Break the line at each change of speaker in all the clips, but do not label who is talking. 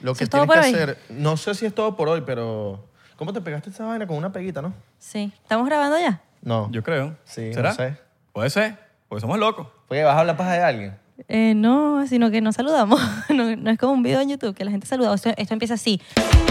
Lo
¿Eso
que
es todo
tienes que
por hoy?
hacer, no sé si es todo por hoy, pero ¿cómo te pegaste esa vaina con una peguita, no?
Sí. ¿Estamos grabando ya?
No.
Yo creo.
Sí,
¿Será?
no sé.
Puede ser, porque somos locos.
Porque vas a hablar paja de alguien.
Eh, no, sino que no saludamos. No, no es como un video en YouTube que la gente saluda. Esto, esto empieza así.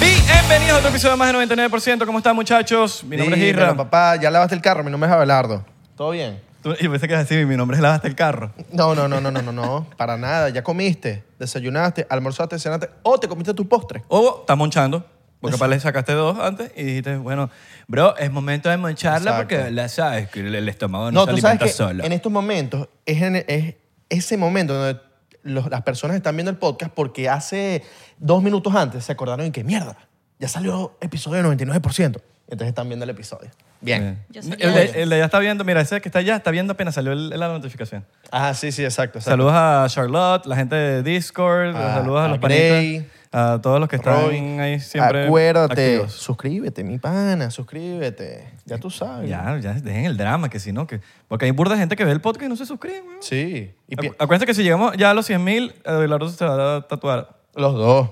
Bienvenidos a otro episodio de más de 99%. ¿Cómo están, muchachos? Mi nombre es
Dímelo,
Isra.
papá, ya lavaste el carro, mi nombre es Abelardo. ¿Todo bien?
Tú- Y pensé que es así, mi nombre es Lavaste el Carro.
No, no, no, no, no, no, no. Para nada. Ya comiste, desayunaste, almorzaste, cenaste o te comiste tu postre.
O estás monchando, porque capaz le sacaste dos antes y dijiste, bueno, bro, es momento de moncharla
Exacto.
porque la sabes que el, el estómago no,
No,
se
tú
alimenta
sabes que
solo.
en estos momentos es, en- es ese momento donde los- las personas están viendo el podcast porque hace dos minutos antes se acordaron en que mierda, ya salió episodio del 99%. Entonces están viendo el episodio. Bien.
Yo
El,
soy Diana.
de- el de allá está viendo, mira, ese que está allá está viendo apenas salió el- la notificación.
Ah, sí, sí, exacto. exacto.
Saludos a Charlotte, la gente de Discord,
A-
saludos a
Ah, a
los
Gray,
panitas, a todos los que están
Roy,
ahí siempre
Acuérdate,
activos.
suscríbete, mi pana, suscríbete. Ah, Ya tú sabes.
Ya, ya, dejen el drama, que si no, que... Porque hay burda de gente que ve el podcast y no se suscribe, weón.
Sí. Y pi-
Acu- Acuérdense que si llegamos ya a los 100.000, Abelardo se va a tatuar.
los dos.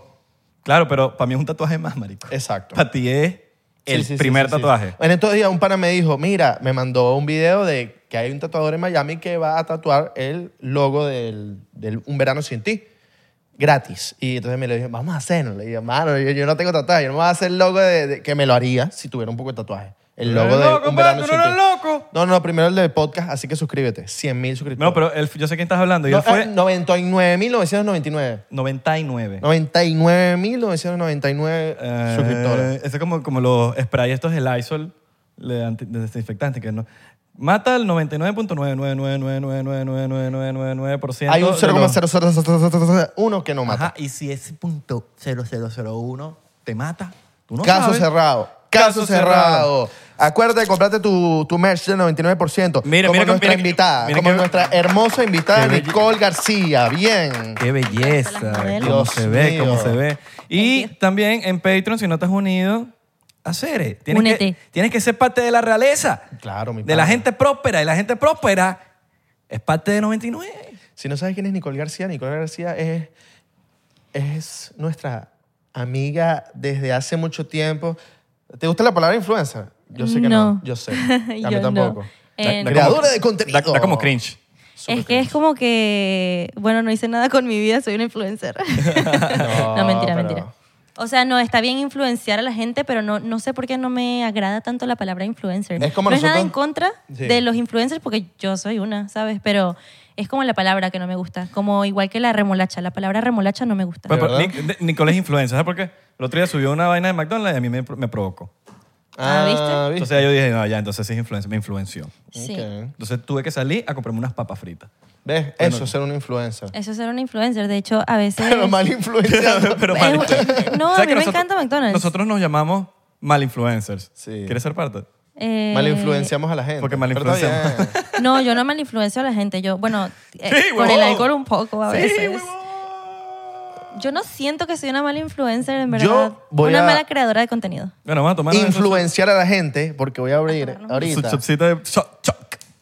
Claro, pero para mí es un tatuaje más, marico.
Exacto.
Para ti es el
Sí, sí, sí,
primer
sí, sí.
tatuaje.
En estos días un pana me dijo, mira, me mandó un video de que hay un tatuador en Miami que va a tatuar el logo del, del Un Verano Sin Ti, gratis. Y entonces me le dije, vamos a hacerlo. Le dije, mano, yo, yo no tengo tatuaje, yo no me voy a hacer el logo de, de- que me lo haría si tuviera un poco de tatuaje. El
Pero
logo
eres
de
loco,
Un
pa,
Verano
tú
Sin
no
Ti.
eres loco.
No, no, primero el del podcast, así que suscríbete. 100 mil suscriptores.
No, pero él- yo sé quién estás hablando. Y
No,
él fue
ah, 99.999.
99.
99.999
Eh,
suscriptores.
Eso es como, como los sprays estos del Lysol de, anti- de desinfectante, que no... Mata el 99.9999999999%
Hay un
de los-
0,001 que no mata.
Ajá, y si ese punto 0001 te mata, tú no
Caso
sabes.
cerrado. Caso,
Caso
cerrado. Acuérdate de comprarte tu, tu merch del 99%.
Mira,
como
mira que-
nuestra
mira que-
invitada,
mira
como
que-
nuestra hermosa invitada
Qué bello.
Nicole García. Bien.
Las
Qué belleza,
modelos.
cómo
Dios
se ve,
mío.
cómo se ve. Y también en Patreon, si no estás unido, hacer. Tienes
Únete.
que, tienes que ser parte de la realeza.
Claro, mi
De la
pana.
gente próspera. Y la gente próspera es parte de 99.
Si no sabes quién es Nicole García, Nicole García es, es nuestra amiga desde hace mucho tiempo. ¿Te gusta la palabra influencer? Yo sé que no.
No.
Yo sé. A mí
Yo no.
tampoco.
Eh,
Da- da
Creadora
como-
de contenido.
Da, da como cringe.
es que es como que, bueno, no hice nada con mi vida, soy una influencer. no, mentira,
Ah, pero-
mentira. O sea, no, está bien influenciar a la gente, pero no, no sé por qué no me agrada tanto la palabra influencer.
Es como
no es nada
nosotros-
en contra
Sí.
de los influencers, porque yo soy una, ¿sabes? Pero es como la palabra que no me gusta, como igual que la remolacha. La palabra remolacha no me gusta.
Pero- pero
verdad?
Pues, Nic- de- Nicole es influencer, ¿sabes por qué? El otro día subió una vaina de McDonald's y a mí me, me provocó.
Ah, ¿viste?
Entonces ya yo dije, no, ya, entonces sí es influencer, me influenció.
sí.
Ok.
Entonces tuve que salir a comprarme unas papas fritas.
¿Ves? Eso es ser un influencer.
Eso es ser una influencer. De hecho, a veces...
Pero mal influenciado.
Pero
Es-
mal
no, a
influencer. ¿Sabes
mí
que
me
nosotros-
encanta McDonald's.
Nosotros nos llamamos mal influencers.
Sí.
¿Quieres ser parte?
eh,
mal influenciamos a la gente.
Porque mal
Pero está
influenciamos.
bien.
No, yo no mal influencio a la gente. Yo, bueno, eh,
Sí,
con el
huevón.
alcohol un poco a veces.
huevón.
Yo no siento que soy una mala influencer, en verdad.
Yo voy
una
a-
mala creadora de contenido.
Bueno, vamos a tomar
Influenciar a la gente, porque voy a abrir
Agarrarnos.
Su
ahorita
chopsita de choc, choc.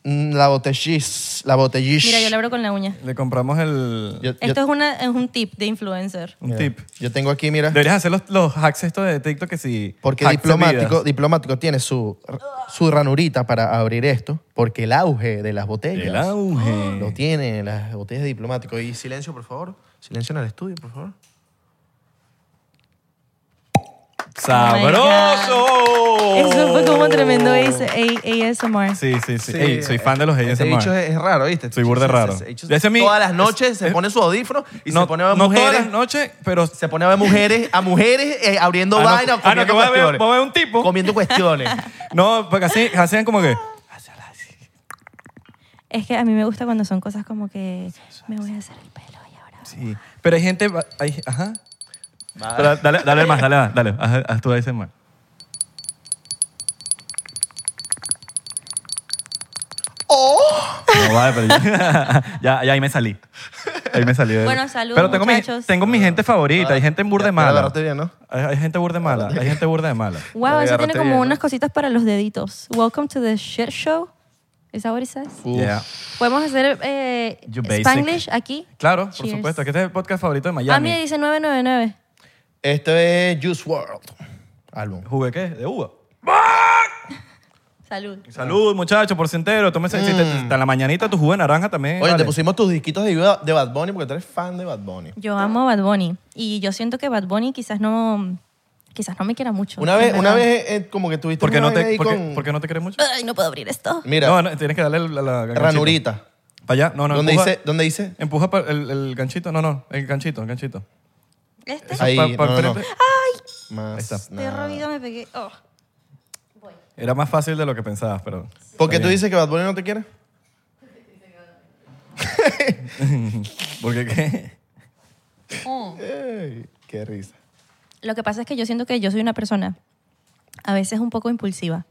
mm, la botellis. La botellis.
Mira, yo la abro con la uña.
Le compramos el,
Yo- yo-
Esto es, una, es un tip de influencer.
un
mira,
tip.
Yo tengo aquí, mira.
Deberías hacer los, los hacks estos de TikTok que sí.
Porque
hacks de
diplomático,
vidas.
diplomático tiene su, su ranurita para abrir esto, porque el auge de las botellas
El
Oh.
auge.
lo tiene las botellas de diplomático. Y silencio, por favor. Silencio en el estudio, por favor. Oh.
¡Sabroso!
Oh Eso fue como un tremendo AS- A- ASMR.
Sí, sí, sí. Ey, soy fan de los
Ese eh, este bicho
ASMR.
es, es raro, ¿viste?
Soy burda
Ese-
raro.
ese- ese-
Ese es mi-
todas las noches
es-
se
es-
pone su audífono y
No,
se pone a
no todas
mujeres.
las noches, pero
se pone a ver mujeres, a mujeres eh, abriendo
Ah, no,
vainas,
ah, no,
comiendo
que voy a ver-
cuestiones.
voy a ver un tipo.
Comiendo cuestiones.
no, porque así hacían como que...
Es que a mí me gusta cuando son cosas como que me voy a hacer el pelo y ahora.
Sí. Pero hay gente... va- hay- ajá. Pero dale, dale más, dale más, dale. Haz, haz tú ASMR.
¡Oh!
No, vale, pero ya, ya, ya ahí me salí. Ahí me salí. de-
Bueno, saludos,
Pero tengo, mi-
muchachos.
tengo mi gente favorita. Hay gente en burde
Ya- ya la
mala.
agarraste bien, ¿no?
Hay, hay gente burde mala. Hay gente burde mala.
Wow,
Ay,
eso tiene
agárrate
como
bien, ¿no?
unas cositas para los deditos. Welcome to the shit show. ¿Es ahora sabes?
Uf.
Yeah.
¿Podemos hacer eh,
You basic.
Spanglish aquí?
Claro, por
Cheers.
supuesto. Que este es el podcast favorito de
Ah, mira,
Miami.
dice 999.
Esto este es Juice World. Álbum.
¿Jugué qué? De uva.
Salud.
Salud, muchachos, por si entero. Tómese, si te- te- en la mañanita tu jugo de naranja también.
Mm. Oye,
vale.
te pusimos tus disquitos de, Viva- de Bad Bunny porque tú eres fan de Bad Bunny.
Yo amo a Bad Bunny. Y yo siento que Bad Bunny quizás no, quizás no me quiera mucho.
Una
en
vez,
verdad.
una vez eh, como que tuviste
¿Por qué
una
no
vaina
te,
ahí
por qué-
con-
por qué no te crees mucho?
Ay, no puedo abrir esto.
Mira,
No, no, tienes que darle la, la- la ganchito.
ranurita.
Para allá. No, no,
¿Dónde
empuja,
dice, ¿Dónde dice?
Empuja pa- el, el ganchito. No, no, el ganchito, el ganchito.
Este.
Eso
Ahí,
pa- pa-
no, no, no.
frente.
Más
está.
De
nada.
ruido me pegué. Oh.
Era más fácil de lo que pensabas, pero...
¿Por qué
está
tú
bien.
dices que Bad Bunny no te quiere?
Porque qué?
Ey, qué risa.
Oh. Lo que pasa es que yo siento que yo soy una persona a veces un poco impulsiva.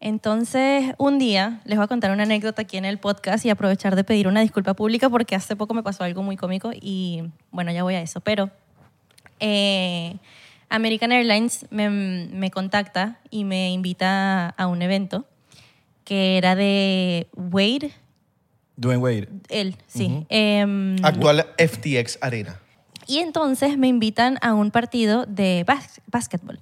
Entonces, un día les voy a contar una anécdota aquí en el podcast y aprovechar de pedir una disculpa pública porque hace poco me pasó algo muy cómico y bueno, ya voy a eso. Pero eh, American Airlines me, me contacta y me invita a un evento que era de Wade,
Dwayne Wade.
él, sí. Em,
Actual FTX Arena.
y entonces me invitan a un partido de bas- básquetbol.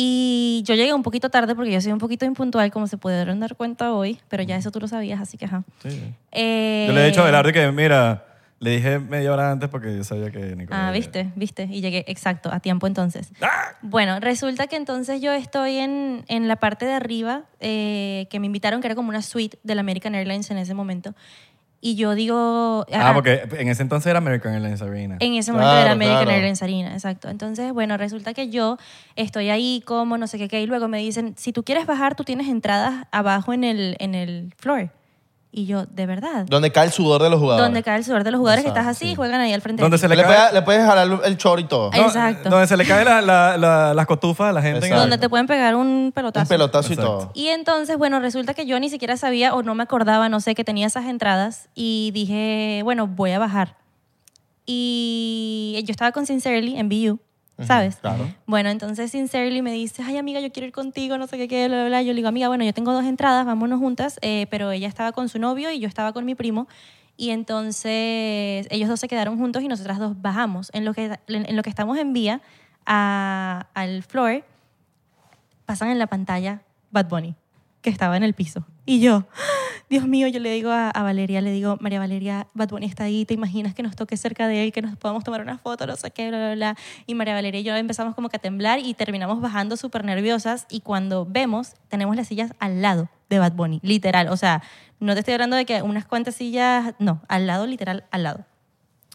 Y yo llegué un poquito tarde porque yo soy un poquito impuntual, como se pudieron dar cuenta hoy, pero ya eso tú lo sabías, así que ajá.
Sí.
Eh,
Yo le he dicho a Belardo que, mira, le dije media hora antes porque yo sabía que Nicolás...
Ah, viste, viste. Y llegué exacto, a tiempo entonces.
¡Ah!
Bueno, resulta que entonces yo estoy en, en la parte de arriba eh, que me invitaron, que era como una suite de la American Airlines en ese momento. Y yo digo.
Ah, porque en ese entonces era American Airlines Arena.
En ese momento
Claro,
era American
claro.
Airlines Arena, exacto. Entonces, bueno, resulta que yo estoy ahí como no sé qué, qué, y luego me dicen, si tú quieres bajar, tú tienes entradas abajo en el, en el floor. Y yo, de verdad,
Donde cae el sudor de los jugadores.
donde cae el sudor de los jugadores que estás
Exacto,
así
sí.
juegan ahí al frente. de
Donde
ti.
se le
le,
cae-
puedes, le puedes jalar el chor y todo.
Ay, Exacto.
Donde se le caen la, la- la- las cotufas a la gente. en el-
Exacto.
Donde te pueden pegar un
un
pelotazo.
pelotazo
Exacto.
y todo.
Y entonces, bueno, resulta que yo ni siquiera sabía o no me acordaba, no sé, que tenía esas entradas y dije, bueno, voy a bajar. Y yo estaba con Sincerely en BU, ¿sabes?
claro.
Bueno, entonces Sincerely me dice, ay amiga, yo quiero ir contigo, no sé qué, qué, bla, bla, bla. Yo le digo, amiga, bueno, yo tengo dos entradas, vámonos juntas, eh, pero ella estaba con su novio y yo estaba con mi primo. Y entonces ellos dos se quedaron juntos y nosotras dos bajamos. En lo que, en lo que estamos en vía a- al floor, pasan en la pantalla Bad Bunny, que estaba en el piso. Y yo, Dios mío, yo le digo a, a Valeria, le digo, María Valeria, Bad Bunny está ahí, ¿te imaginas que nos toque cerca de él, que nos podamos tomar una foto, no sé qué, bla, bla, bla? Y María Valeria y yo empezamos como que a temblar y terminamos bajando súper nerviosas y cuando vemos, tenemos las sillas al lado de Bad Bunny, literal. O sea, no te estoy hablando de que unas cuantas sillas, no, al lado, literal, al lado.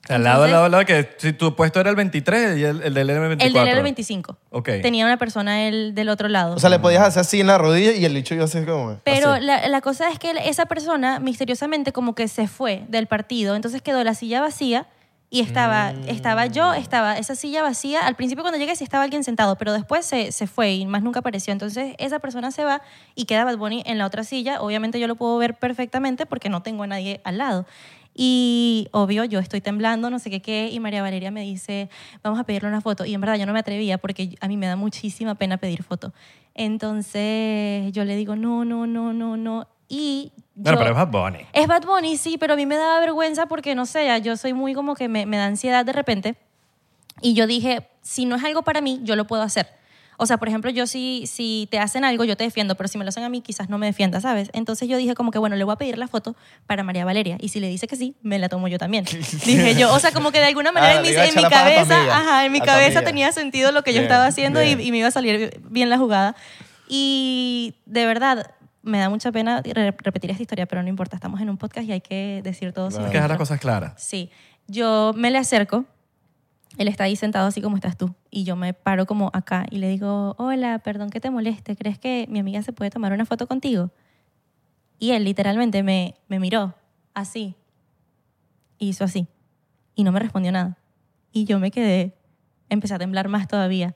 Al lado, al
Entonces-
lado, al lado, que si tu puesto era el 23 y el, el del M24.
El del era el 25.
Ok.
Tenía una persona él del otro lado.
O sea, le podías hacer así en la rodilla y el bicho iba a hacer como.
Pero
así.
la, la cosa es que esa persona misteriosamente como que se fue del partido, entonces quedó la silla vacía y estaba, estaba yo, estaba esa silla vacía. Al principio cuando llegué sí estaba alguien sentado, pero después se, se fue y más nunca apareció. Entonces esa persona se va y queda Bad Bunny en la otra silla. Obviamente yo lo puedo ver perfectamente porque no tengo a nadie al lado. Y obvio, yo estoy temblando, no sé qué qué, y María Valeria me dice, vamos a pedirle una foto. Y en verdad yo no me atrevía porque a mí me da muchísima pena pedir foto. Entonces yo le digo, no, no, no, no, no. Y...
Bueno,
yo-
pero es Bad Bunny.
es Bad Bunny, sí, pero a mí me daba vergüenza porque, no sé, yo soy muy como que me, me da ansiedad de repente. Y yo dije, si no es algo para mí, yo lo puedo hacer. O sea, por ejemplo, yo si, si te hacen algo, yo te defiendo, pero si me lo hacen a mí, quizás no me defienda, ¿sabes? Entonces yo dije como que, bueno, le voy a pedir la foto para María Valeria. Y si le dice que sí, me la tomo yo también. dije yo, o sea, como que de alguna
Ah,
manera en mi,
le iba a
en
echar
mi
la pata a tu
cabeza,
amiga,
ajá, en mi
a tu
cabeza
amiga.
tenía sentido lo que yo
Bien,
estaba haciendo y,
bien.
y me iba a salir bien la jugada. Y de verdad, me da mucha pena re- repetir esta historia, pero no importa, estamos en un podcast y hay que decir todo. sobre
Hay que dejar las
ello.
cosas claras.
Sí, yo me le acerco, él está ahí sentado así como estás tú, y yo me paro como acá y le digo, hola, perdón que te moleste, ¿crees que mi amiga se puede tomar una foto contigo? Y él literalmente me, me miró así, y hizo así, y no me respondió nada. Y yo me quedé, empecé a temblar más todavía.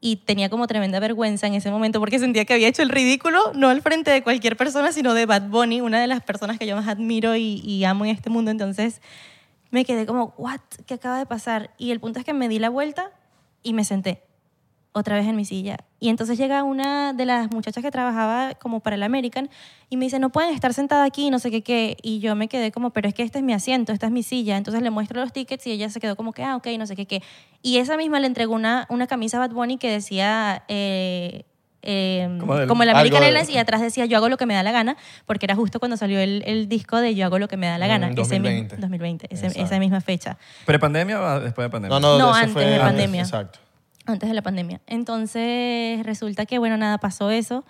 Y tenía como tremenda vergüenza en ese momento porque sentía que había hecho el ridículo, no al frente de cualquier persona, sino de Bad Bunny, una de las personas que yo más admiro y, y amo en este mundo. Entonces me quedé como, ¿what? ¿Qué acaba de pasar? Y el punto es que me di la vuelta y me senté. otra vez en mi silla. Y entonces llega una de las muchachas que trabajaba como para el American y me dice, no pueden estar sentada aquí, no sé qué, qué. Y yo me quedé como, pero es que este es mi asiento, esta es mi silla. Entonces le muestro los tickets y ella se quedó como que, ah, ok, no sé qué, qué. Y esa misma le entregó una, una camisa Bad Bunny que decía... eh, eh,
Como del-
como el
algo
American
del-
Airlines y atrás decía yo hago lo que me da la gana porque era justo cuando salió el, el disco de yo hago lo que me da la
Mm,
gana ese mi-
2020.
2020 ese-
Exacto.
esa misma fecha
¿Prepandemia o después de pandemia?
No, no,
No,
eso
antes
fue
de pandemia.
Exacto.
antes de la pandemia. Entonces resulta que, bueno, nada, pasó eso.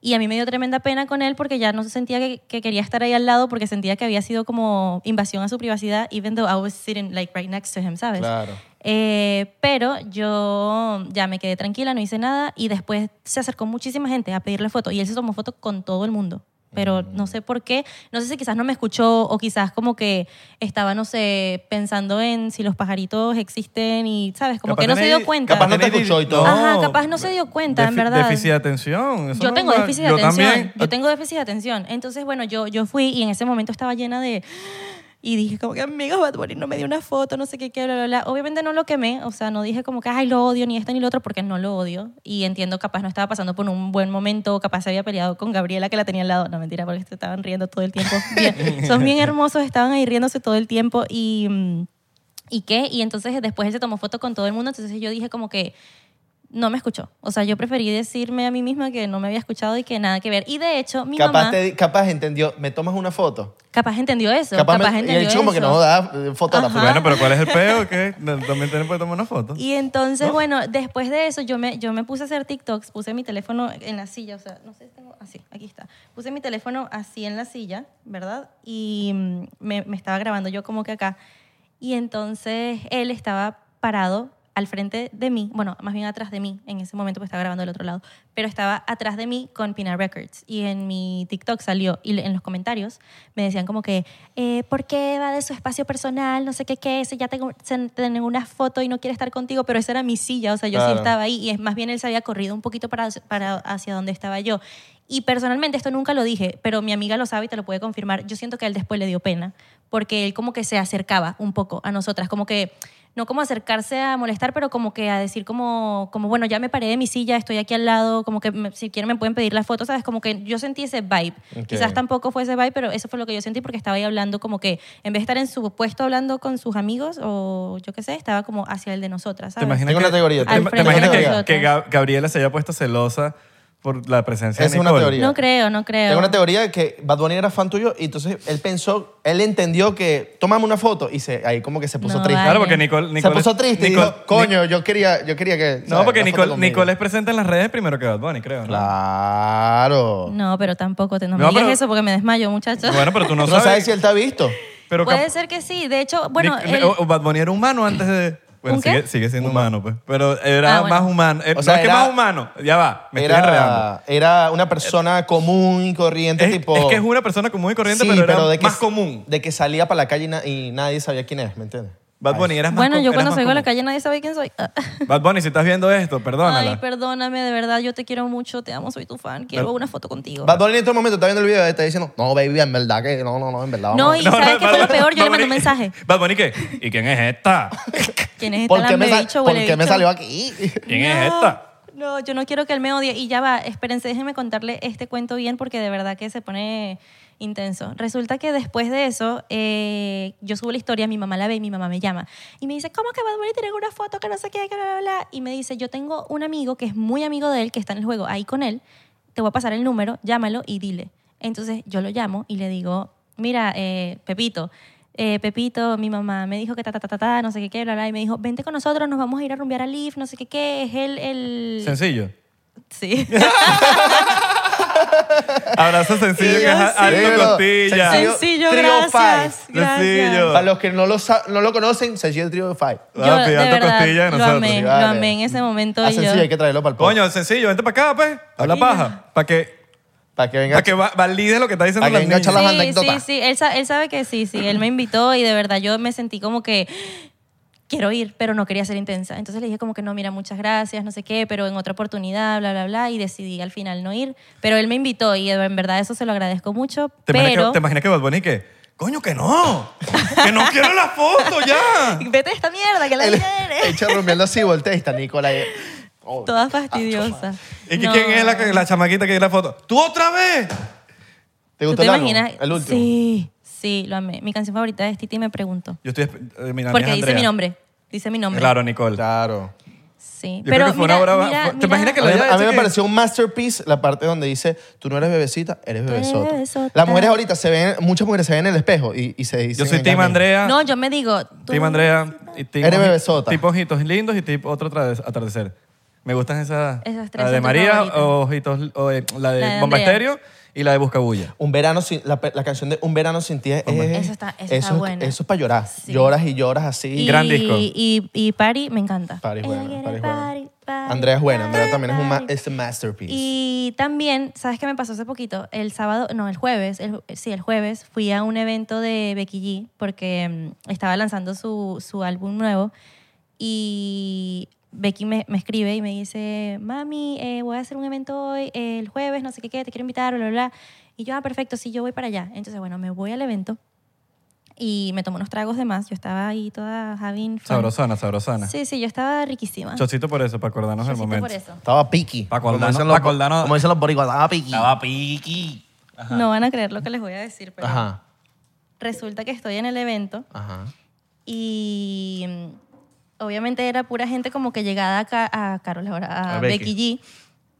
Y a mí me dio tremenda pena con él porque ya no sentía que, que quería estar ahí al lado porque sentía que había sido como invasión a su privacidad, even though I was sitting like right next to him, ¿sabes?
Claro.
Eh, pero yo ya me quedé tranquila, no hice nada y después se acercó muchísima gente a pedirle foto y él se tomó foto con todo el mundo. Pero
Mm.
no sé por qué, no sé si quizás no me escuchó o quizás como que estaba, no sé, pensando en si los pajaritos existen y, ¿sabes? Como
Capaz
que no se
tenés-
dio cuenta.
capaz no te
tenés-
escuchó y todo.
Ajá, capaz no se dio cuenta, en
defi-
verdad.
Déficit de atención. eso
Yo
no
tengo
es-
déficit de
yo
atención.
También,
Yo tengo déficit de atención. Entonces, bueno, yo, yo fui y en ese momento estaba llena de... Y dije como que, amigo, Bad Bunny no me dio una foto, no sé qué, qué, bla, bla, bla. Obviamente no lo quemé, o sea, no dije como que, ay, lo odio, ni este ni lo otro, porque no lo odio. Y entiendo, capaz no estaba pasando por un buen momento, capaz se había peleado con Gabriela, que la tenía al lado. No, mentira, porque se estaban riendo todo el tiempo. Bien, son bien hermosos, estaban ahí riéndose todo el tiempo y... mm, ¿Y qué? Y entonces después él se tomó foto con todo el mundo, entonces yo dije como que no me escuchó. O sea, yo preferí decirme a mí misma que no me había escuchado y que nada que ver. Y de hecho, mi
Capaz,
mamá
te, di- capaz entendió, ¿me tomas una foto?
capaz entendió eso. Capaz,
Capaz, me- y
entendió
el chumbo que
eso.
no da eh, fotógrafo.
Ajá.
Bueno, pero ¿cuál es el peo? ¿Qué? No, También tenemos que tomar una foto.
Y entonces, bueno, después de eso yo me, yo me puse a hacer TikToks, puse mi teléfono en la silla, o sea, no sé, tengo así, aquí está. Puse mi teléfono así en la silla, ¿verdad? Y mm, me, me estaba grabando yo como que acá. Y entonces él estaba parado al frente de mí, bueno, más bien atrás de mí, en ese momento pues estaba grabando del otro lado, pero estaba atrás de mí con Pina Records y en mi TikTok salió y le- en los comentarios me decían como que, eh, ¿por qué va de su espacio personal? No sé qué, qué es, ya tengo, se- tengo una foto y no quiere estar contigo, pero esa era mi silla, o sea, yo
Claro.
sí estaba ahí y es más bien él se había corrido un poquito para, para hacia donde estaba yo. Y personalmente esto nunca lo dije, pero mi amiga lo sabe y te lo puede confirmar. Yo siento que a él después le dio pena, porque él como que se acercaba un poco a nosotras, como que no como acercarse a molestar, pero como que a decir como, como bueno, ya me paré de mi silla, estoy aquí al lado, como que me- si quieren me pueden pedir la foto, ¿sabes? Como que yo sentí ese vibe.
Ok.
Quizás tampoco fue ese vibe, pero eso fue lo que yo sentí porque estaba ahí hablando como que en vez de estar en su puesto hablando con sus amigos o yo qué sé, estaba como hacia el de nosotras,
¿Te
¿sabes?
imaginas
Tengo
que-
una teoría,
¿Te,
tengo-
te
Alfredo
imaginas
Rodríguez.
que, que Gab- Gabriela se haya puesto celosa por la presencia
Esa
de
es una
Nicole?
teoría.
No creo, no creo.
Tengo una teoría de que Bad Bunny era fan tuyo y entonces él pensó, él entendió que tomame una foto y se, ahí como que se puso
No,
triste.
vale.
Claro, porque Nicole... Nicole
se puso triste y
Nicole-
dijo, coño, yo quería, yo quería que...
No,
¿sabes?
porque
una foto
Nicole,
conmigo".
Nicole es presente en las redes primero que Bad Bunny, creo. ¿no?
Claro.
No, pero tampoco te no, me
No,
digas
pero-
eso porque me desmayo, muchachos.
Bueno, pero tú no
No,
sabes.
sabes. si él te ha visto.
pero
Puede
cap-
ser que sí. De hecho, Pues, bueno,
Nic-
él-
o- o Bad Bunny era humano antes de... Bueno,
¿Un qué?
sigue, sigue siendo humano, pues. Pero era
Ah, bueno.
más humano. Eh,
O sea,
no es que
era-
más humano. Ya va, me estoy enredando.
Era, era una persona común y corriente,
Es,
tipo...
es que es una persona común y corriente,
Sí,
pero era
de que-
más común.
De que salía para la calle y, na- y nadie sabía quién es, ¿me entiendes?
Bad Bunny, eras más
bueno,
com-
yo
eras
cuando
más
salgo a la
común.
calle nadie sabe quién soy.
Bad Bunny, si estás viendo esto, perdónala.
Ay, perdóname, de verdad, yo te quiero mucho, te amo, soy tu fan, quiero una foto contigo.
Bad Bunny en este momento está viendo el video y está diciendo, no, baby, en verdad que no, no, no, en verdad.
No,
vamos".
y- ¿sabes qué
Bad
fue lo
Bunny-
peor? Yo le mandé
Bad Bunny-
un mensaje.
Bad Bunny, ¿qué? ¿Y quién es esta?
¿Quién es esta
¿Por qué, me,
lambe
sa-
bicho,
¿por
huele
qué me
bicho?
salió aquí?
¿Quién es
No,
esta?
No, yo no quiero que él me odie. Y ya va, espérense, déjenme contarle este cuento bien porque de verdad que se pone intenso. Resulta que después de eso, eh, yo subo la historia, mi mamá la ve y mi mamá me llama. Y me dice, ¿cómo que Bad Bunny tiene una foto que no sé qué, que bla, bla, bla? Y me dice, yo tengo un amigo que es muy amigo de él, que está en el juego ahí con él. Te voy a pasar el número, llámalo y dile. Entonces yo lo llamo y le digo, mira, eh, Pepito, eh, Pepito, mi mamá me dijo que ta, ta, ta, ta, ta, no sé qué, qué, bla, bla, y me dijo, vente con nosotros, nos vamos a ir a rumbear al Leaf, no sé qué, qué, es el... el...
Sencillo.
Sí.
Abrazo sencillo
Y
que es
yo
a-
sí.
alto
Dímelo.
costilla.
Sencillo.
Sencillo,
Trio
gracias.
Five.
gracias.
Sencillo.
Para los que no lo, sa- no lo conocen, se el trío de Five.
Yo,
Papi,
de
alto
verdad,
costilla de
lo
nosotros.
amé,
Sí,
lo
vale.
amé en ese momento.
Ah,
y yo-
sencillo, hay que traerlo para el podcast.
Coño, sencillo, vente para acá, pues. Habla paja. Para que,
Para que venga.
pa' que va- valide lo que está diciendo
Pa' que
la
venga a
niña.
charlar. las
sí, sí,
anécdotas.
sí, él, sa- él sabe que sí, sí, él me invitó y de verdad yo me sentí como que quiero ir, pero no quería ser intensa. Entonces le dije como que no, mira, muchas gracias, no sé qué, pero en otra oportunidad, bla, bla, bla, y decidí al final no ir. Pero él me invitó y en verdad eso se lo agradezco mucho,
¿Te, imaginas
pero...
que, ¿Te imaginas que Bad Bunny que? Coño, que no. que no quiero la foto ya.
Vete de esta mierda que la
Él-
niña eres.
Echa rumbeando así, voltea y está Nicola ahí.
Todas fastidiosas.
Ah, ¿Y que
No.
quién es la, que- la chamaquita que dio la foto? ¡Tú otra vez!
¿Te
¿Tú
gustó
te
el álbum?
imaginas?
El último.
Sí, sí, lo amé. Mi canción favorita es Titi me pregunto.
Yo estoy esp- eh, mi nombre
Porque
es
dice
Andrea.
mi nombre. Dice mi nombre.
Claro, Nicole.
Claro.
Sí.
Yo
Pero
creo que fue una
mira,
brava-
mira,
¿Te
mira-
imaginas que
A
la
mí,
haya
a mí
hecho
me
que-
pareció un masterpiece la parte donde dice, tú no eres bebecita, eres bebesota.
bebesota.
Las mujeres ahorita se ven, muchas mujeres se ven en el espejo y, y se dicen...
Yo soy Team
"Dame".
Andrea.
No, yo me digo. tú-
Team Andrea. Y team
Eres
oji-
bebesota.
Tipo ojitos lindos y tipo otro atarde- atardecer. Me gustan esas.
Esas tres
La de
son tus
María,
favoritas.
o ojitos, o, eh, la de,
La de
Bomba
Andrea.
Estéreo y la de Buscabulla.
Un verano sin, la, pe- la canción de Un verano sin ti es...
Eso está- eso está
es-
buena.
Eso es para llorar.
Sí.
Lloras y lloras así.
y,
Gran disco.
Y, y Party me encanta.
Party es
Ella
buena,
quiere
Party es buena.
party, party,
Andrea es buena, Andrea
party,
también es un ma-
party.
es un masterpiece.
Y también, ¿sabes qué me pasó hace poquito? El sábado, no, el jueves, el- sí, el jueves fui a un evento de Becky G porque mm, estaba lanzando su, su álbum nuevo y Becky me, me escribe y me dice, mami, eh, voy a hacer un evento hoy, eh, el jueves, no sé qué, qué, te quiero invitar, bla, bla, bla. Y yo, ah, perfecto, sí, yo voy para allá. Entonces, bueno, me voy al evento y me tomo unos tragos de más. Yo estaba ahí toda having fun.
Sabrosana, sabrosana.
Sí, sí, yo estaba riquísima.
Chocito por eso, para acordarnos del
Chocito
momento.
por eso.
Estaba piqui.
Pa'
como,
acordarnos-
dicen
pa'
los,
acordarnos-
como dicen los boricuas, estaba piqui.
piqui.
No van a creer lo que les voy a decir, pero
Ajá,
resulta que estoy en el evento
ajá.
y mm, obviamente era pura gente como que llegada a, Ca- a Carol ahora, a,
A Becky.
Becky. G.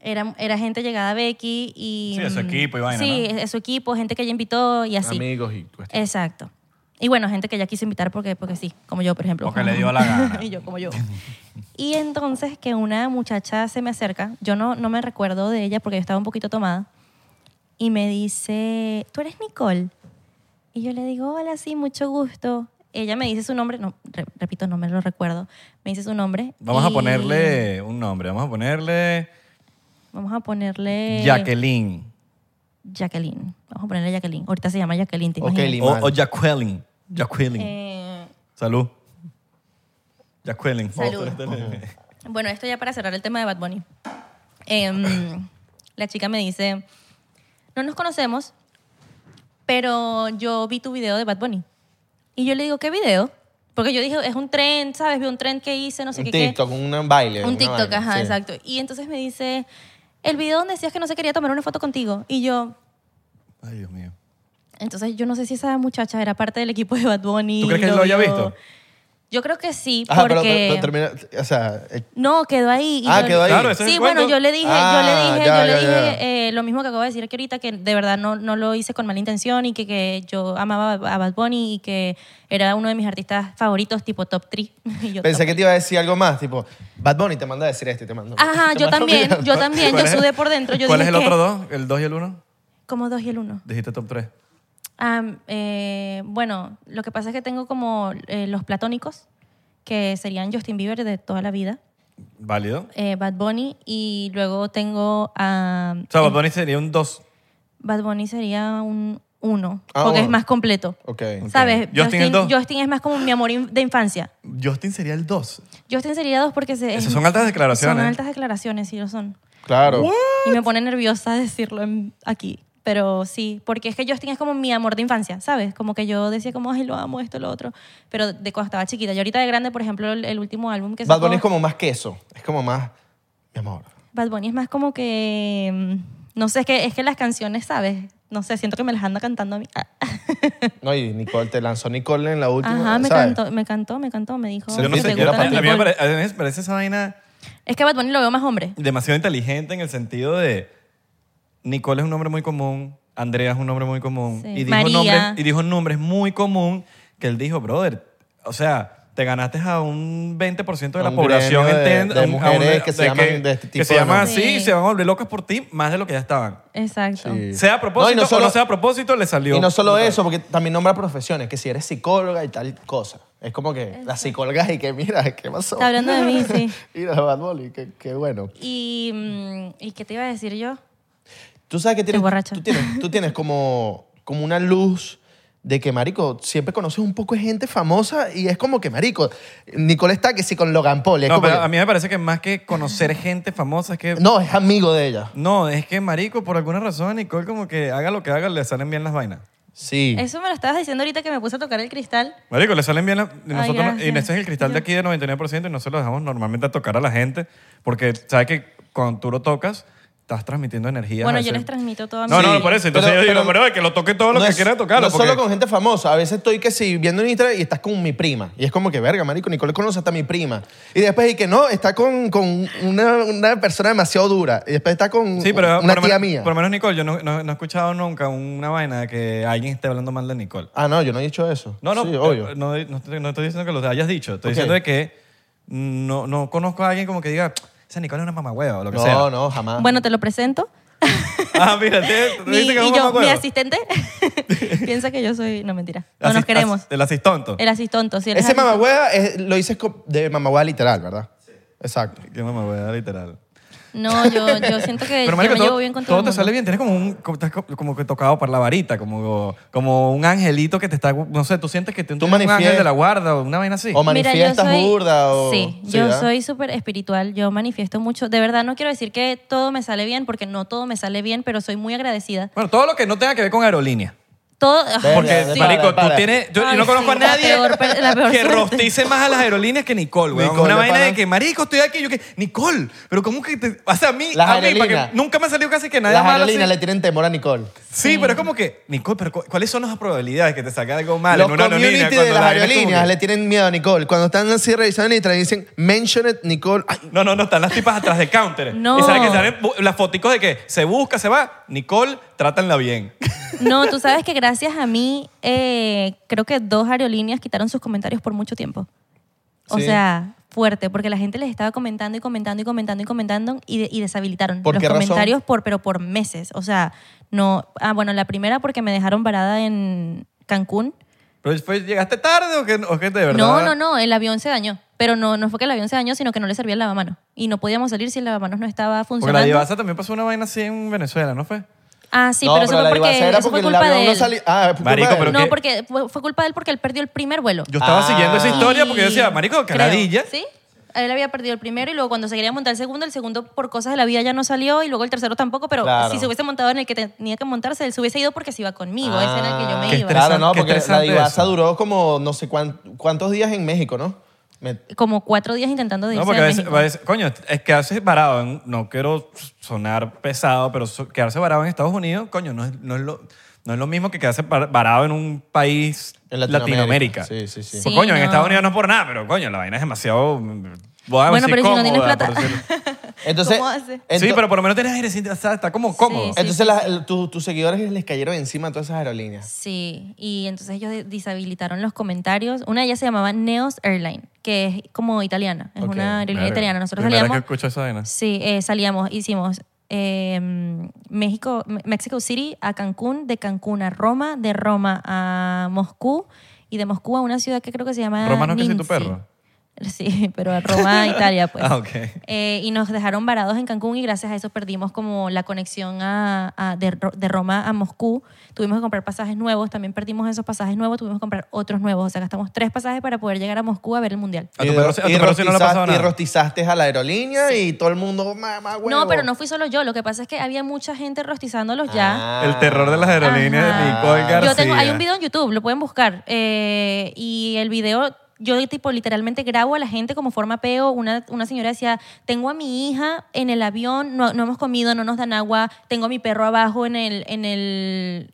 Era, era gente llegada a Becky y...
Sí, de su
mm,
equipo y vaina,
Sí,
¿no?
de su equipo, gente que ella invitó y así.
Amigos y cuestiones.
Exacto. Y bueno, gente que ella quiso invitar porque, porque sí, como yo, por ejemplo.
Porque le dio la gana.
y yo, como yo. Y entonces que una muchacha se me acerca, yo no, no me recuerdo de ella porque yo estaba un poquito tomada, y me dice, ¿tú eres Nicole? Y yo le digo, hola, sí, mucho gusto. Ella me dice su nombre, no, re- repito, no me lo recuerdo, me dice su nombre.
Vamos a
y
ponerle un nombre. Vamos a ponerle
Vamos a ponerle...
Jacqueline.
Jacqueline. Vamos a ponerle Jacqueline. Ahorita se llama Jacqueline, ¿te
Ok,
imaginas?
Lin.
O, o Jacqueline. Jacqueline.
Eh,
Salud. Jacqueline.
Salud. Bueno, esto ya para cerrar el tema de Bad Bunny. Em, la chica me dice, no nos conocemos, pero yo vi tu video de Bad Bunny. Y yo le digo, ¿qué video? Porque yo dije, es un tren, ¿sabes? Vi un tren que hice, no sé
un
qué. qué".
TikTok, un baile.
Un
una
TikTok,
vaina,
ajá,
sí.
exacto. Y entonces me dice, el video donde decías que no se quería tomar una foto contigo. Y yo,
Ay, Dios mío.
entonces yo no sé si esa muchacha era parte del equipo de Bad Bunny.
¿Tú crees que él lo haya
vio.
visto?
Yo creo que sí,
Ajá,
porque...
pero, pero, pero termina, o sea, eh,
No, quedó ahí. y
Ah,
yo-
quedó ahí.
Claro, ese es
Sí,
el
bueno,
cuento.
yo le dije,
Ah,
yo le dije,
ya,
yo le
ya, ya.
dije eh, lo mismo que acabo de decir que ahorita, que de verdad no, no lo hice con mala intención y que, que yo amaba a Bad Bunny y que era uno de mis artistas favoritos, tipo top 3.
pensé que te iba a decir algo más, tipo, Bad Bunny te manda a decir esto y te manda.
Ajá,
te
yo
manda-
también,
mira,
yo también,
¿Cuál
yo
es el-
sudé por dentro. Yo
¿Cuál
dije,
es el otro
¿qué?
dos? ¿El dos y el uno?
Como dos y el uno.
Dijiste top tres.
Ah, eh, bueno, lo que pasa es que tengo como eh, los platónicos, que serían Justin Bieber de toda la vida,
Válido.
eh, Bad Bunny y luego tengo a...
O sea, Bad Bunny sería un dos.
Bad Bunny sería un uno,
Ah,
porque es
bueno.
más completo.
Ok.
¿Sabes?
Justin
Justin,
el dos.
Justin es más como mi amor in- de infancia.
Justin sería el dos.
Justin sería dos porque se,
Esas son altas declaraciones.
Son altas declaraciones, sí lo son.
Claro.
Y me pone nerviosa decirlo en- aquí. Pero sí, porque es que Justin es como mi amor de infancia, ¿sabes? Como que yo decía como, ay, lo amo, esto, lo otro. Pero de cuando estaba chiquita. Y ahorita de grande, por ejemplo, el, el último álbum que
Bad
sacó-
Bunny es como más queso, es como más, mi amor.
Bad Bunny es más como que... mm, No sé, es que, es que las canciones, ¿sabes? No sé, siento que me las anda cantando a mí. Ah.
No, y Nicole, te lanzó Nicole en la última.
Ajá, me
¿sabes?
cantó, me cantó, me cantó, me dijo.
Yo
Yo no
"Si
sé,
te
qué
yo la-
gusta
a,
gusta
mí
el
me
fútbol".
pare- a mí me parece esa vaina
Es que Bad Bunny lo veo más hombre.
demasiado inteligente en el sentido de Nicole es un nombre muy común, Andrea es un nombre muy común.
Sí.
Y, dijo
María.
nombres, y dijo nombres muy común que él dijo, brother, o sea, te ganaste a un 20% de
A
la
un
población
gremio de-
entera.
de mujeres que se llaman de este
que
tipo
se
de
llaman
nombres.
así
Sí.
y se van a volver locas por ti más de lo que ya estaban.
Exacto.
Sí.
Sea a propósito
No, y no solo-
o no sea a propósito, le salió.
Y no solo eso, porque también nombra profesiones, que si eres psicóloga y tal cosa. Es como que las psicólogas y que mira, ¿qué pasó?
Está hablando de mí, sí.
Mira, Bad Bunny, qué, qué bueno.
Y, mm, ¿Y qué te iba a decir yo?
Tú sabes que tienes,
borracha.
tú tienes, tú tienes como, como una luz de que, marico, siempre conoces un poco de gente famosa y es como que, marico, Nicole está que sí con Logan Paul. Es
No,
como
pero
que-
a mí me parece que más que conocer gente famosa es que... No.
no, es amigo de ella.
es que marico, por alguna razón Nicole como que haga lo que haga, le salen bien las vainas.
Sí.
Eso me lo estabas diciendo ahorita que me puse a tocar el cristal.
Marico, le salen bien las... y Nosotros, no- y
gracias.
este es el cristal de aquí de 99% y no se lo dejamos normalmente a tocar a la gente porque sabes que cuando tú lo tocas estás transmitiendo energía.
Bueno, yo les transmito toda
No,
mi-
no, por eso. Entonces
Pero-
yo digo,
pero-
pero, es que lo toque todo lo
No
que
es-
quiera tocarlo.
No
porque-
solo con gente famosa. A veces estoy que si viendo en Instagram y estás con mi prima. Y es como que, verga, marico, Nicole conoce hasta mi prima. Y después, y que no, está con, con una, una persona demasiado dura. Y después está con
Sí, pero
una
por, lo
tía
menos-
mía.
por lo menos Nicole, yo no, no- no he escuchado nunca una vaina de que alguien esté hablando mal de Nicole.
Ah, no, yo no he dicho eso.
No, no,
Sí,
eh,
obvio.
No, no estoy, no estoy diciendo que lo hayas dicho. Estoy
Ok.
diciendo de que no, no conozco a alguien como que diga, esa Nicole es una mamahueva o lo que
no,
sea.
no, jamás.
Bueno, te lo presento.
Ah, mira, te,
Mi-
dice que es
y yo,
un
mi
mamahueva.
asistente piensa que yo soy... No, mentira. No
Asist-
nos
as-
queremos.
El asistonto.
El asistonto. Sí, él es
Ese
asistonto.
mamagüeva es- lo dices co- de mamagüeva literal, ¿verdad? Sí. Exacto.
Qué mamahueva, literal.
No, yo, yo siento que yo
marico,
me llevo bien con todo,
todo
el
te
mundo.
sale bien. Tienes como un, como, estás co- como que tocado por la varita, como, como un angelito que te está, no sé, tú sientes que te,
Tú
un ángel
manifiestas-
de la guarda o una vaina así.
O
Mira, yo
manifiestas
soy-
burda o...
Sí, yo
¿verdad?
soy súper espiritual, yo manifiesto mucho. De verdad, no quiero decir que todo me sale bien, porque no todo me sale bien, pero soy muy agradecida.
Bueno, todo lo que no tenga que ver con aerolínea.
Todo...
Porque,
Verga,
sí.
para-
marico, tú
para.
tienes... Yo, yo
Ay,
no conozco
sí,
a
la
nadie
peor per- la peor
que
suerte.
rostice más a las aerolíneas que Nicole, weón.
Nicole,
Una
de
vaina de
pana.
que, marico, estoy aquí. Yo que, Nicole, pero ¿cómo que te...? O sea, a mí,
Las
a mí, porque
aerolíneas.
nunca me ha salido casi que nadie
Las
mala
aerolíneas
así.
le tienen temor a Nicole.
Sí,
Sí.
pero es como que, Nicole, pero cu- ¿cuáles son las probabilidades que te salga algo mal
Los
en una aerolínea?
community de
cuando
las
la vaina es como
aerolíneas
que-
le tienen miedo a Nicole. Cuando están así revisando y dicen, mention it, Nicole. Ay,
No, no, no, están las tipas atrás de counter.
No.
Y salen, que salen bu- las foticos de que se busca, se va. Nicole, trátanla bien.
No, tú sabes que gracias a mí, eh, creo que dos aerolíneas quitaron sus comentarios por mucho tiempo. O
Sí.
sea, fuerte, porque la gente les estaba comentando y comentando y comentando y comentando y, de- y deshabilitaron
¿Por
los
qué razón?
comentarios por pero por meses. O sea, no. Ah, bueno, la primera porque me dejaron varada en Cancún.
Pero después, ¿llegaste tarde o que, o que de verdad?
No, no, no, el avión se dañó. Pero no, no fue que el avión se dañó, sino que no le servía el lavamanos. Y no podíamos salir si el lavamanos no estaba
Porque la
funcionando.
divasa también pasó una vaina así en Venezuela, ¿no fue?
ah, sí,
no,
pero, eso
la
fue porque,
divasera
eso fue
el
culpa
avión
de
no
él.
sali- Ah, es culpa
Marico,
de él.
pero
No,
¿qué?
porque fue, fue culpa de él porque él perdió el primer vuelo.
Yo estaba
Ah.
siguiendo esa historia porque yo decía,
Y-
marico,
creo,
canadilla.
Sí. Él había perdido el primero y luego cuando se quería montar el segundo, el segundo por cosas de la vida ya no salió y luego el tercero tampoco, pero
Claro.
si se hubiese montado en el que tenía que montarse, él se hubiese ido porque se iba conmigo, ese era el que yo
Ah,
me
qué
iba.
Claro, no,
Qué
porque la
interesante
divasa
eso.
duró como no sé cuán- cuántos días en México, ¿no? Me-
Como cuatro días intentando de irse
No, porque
de
a veces,
México.
a veces- coño, es quedarse varado, en- no quiero sonar pesado, pero so- quedarse varado en Estados Unidos, coño, no es, no es lo, no es lo mismo que quedarse par- varado en un país
En Latinoamérica.
Latinoamérica.
Sí, sí, sí.
Sí,
Pues, coño, en
no.
Estados Unidos no es por nada, pero coño, la vaina es demasiado... mm,
Bueno, pero si no tienes plata.
Entonces,
¿Cómo hace?
sí,
ento-
pero por lo menos tienes aire, o sea, está como cómodo.
Sí,
entonces las- tu- tus seguidores les cayeron encima a todas esas aerolíneas.
Sí, y entonces ellos de- deshabilitaron los comentarios. Una de ellas se llamaba Neos Airline, que es como italiana, es
Ok,
una aerolínea
Verga.
italiana. Nosotros
Primera
salíamos...
que escucho esa vaina.
Sí, eh, salíamos, hicimos eh, México, Me- Mexico City a Cancún, de Cancún a Roma, de Roma a Moscú y de Moscú a una ciudad que creo que se llama
Roma no es que
Ninzi.
sí tu perro.
Sí, pero a Roma, a Italia, pues.
Ah, ok.
Eh, y nos dejaron varados en Cancún y gracias a eso perdimos como la conexión a, a- de, Ro- de Roma a Moscú. Tuvimos que comprar pasajes nuevos, también perdimos esos pasajes nuevos, tuvimos que comprar otros nuevos. O sea, gastamos tres pasajes para poder llegar a Moscú a ver el Mundial.
A tu perro, sí- a tu perro sí no le ha
rostiza-
pasado
y
nada.
rostizaste a la aerolínea y todo el mundo, mamá, huevo.
No, pero no fui solo yo. Lo que pasa es que había mucha gente rostizándolos ya.
Ah.
El terror de las aerolíneas de
Ajá.
Nicole García.
Yo tengo, hay un video en YouTube, lo pueden buscar. eh, y el video, yo tipo literalmente grabo a la gente como forma peo. Una, una señora decía, tengo a mi hija en el avión, no, no hemos comido, no nos dan agua, tengo a mi perro abajo en el... En el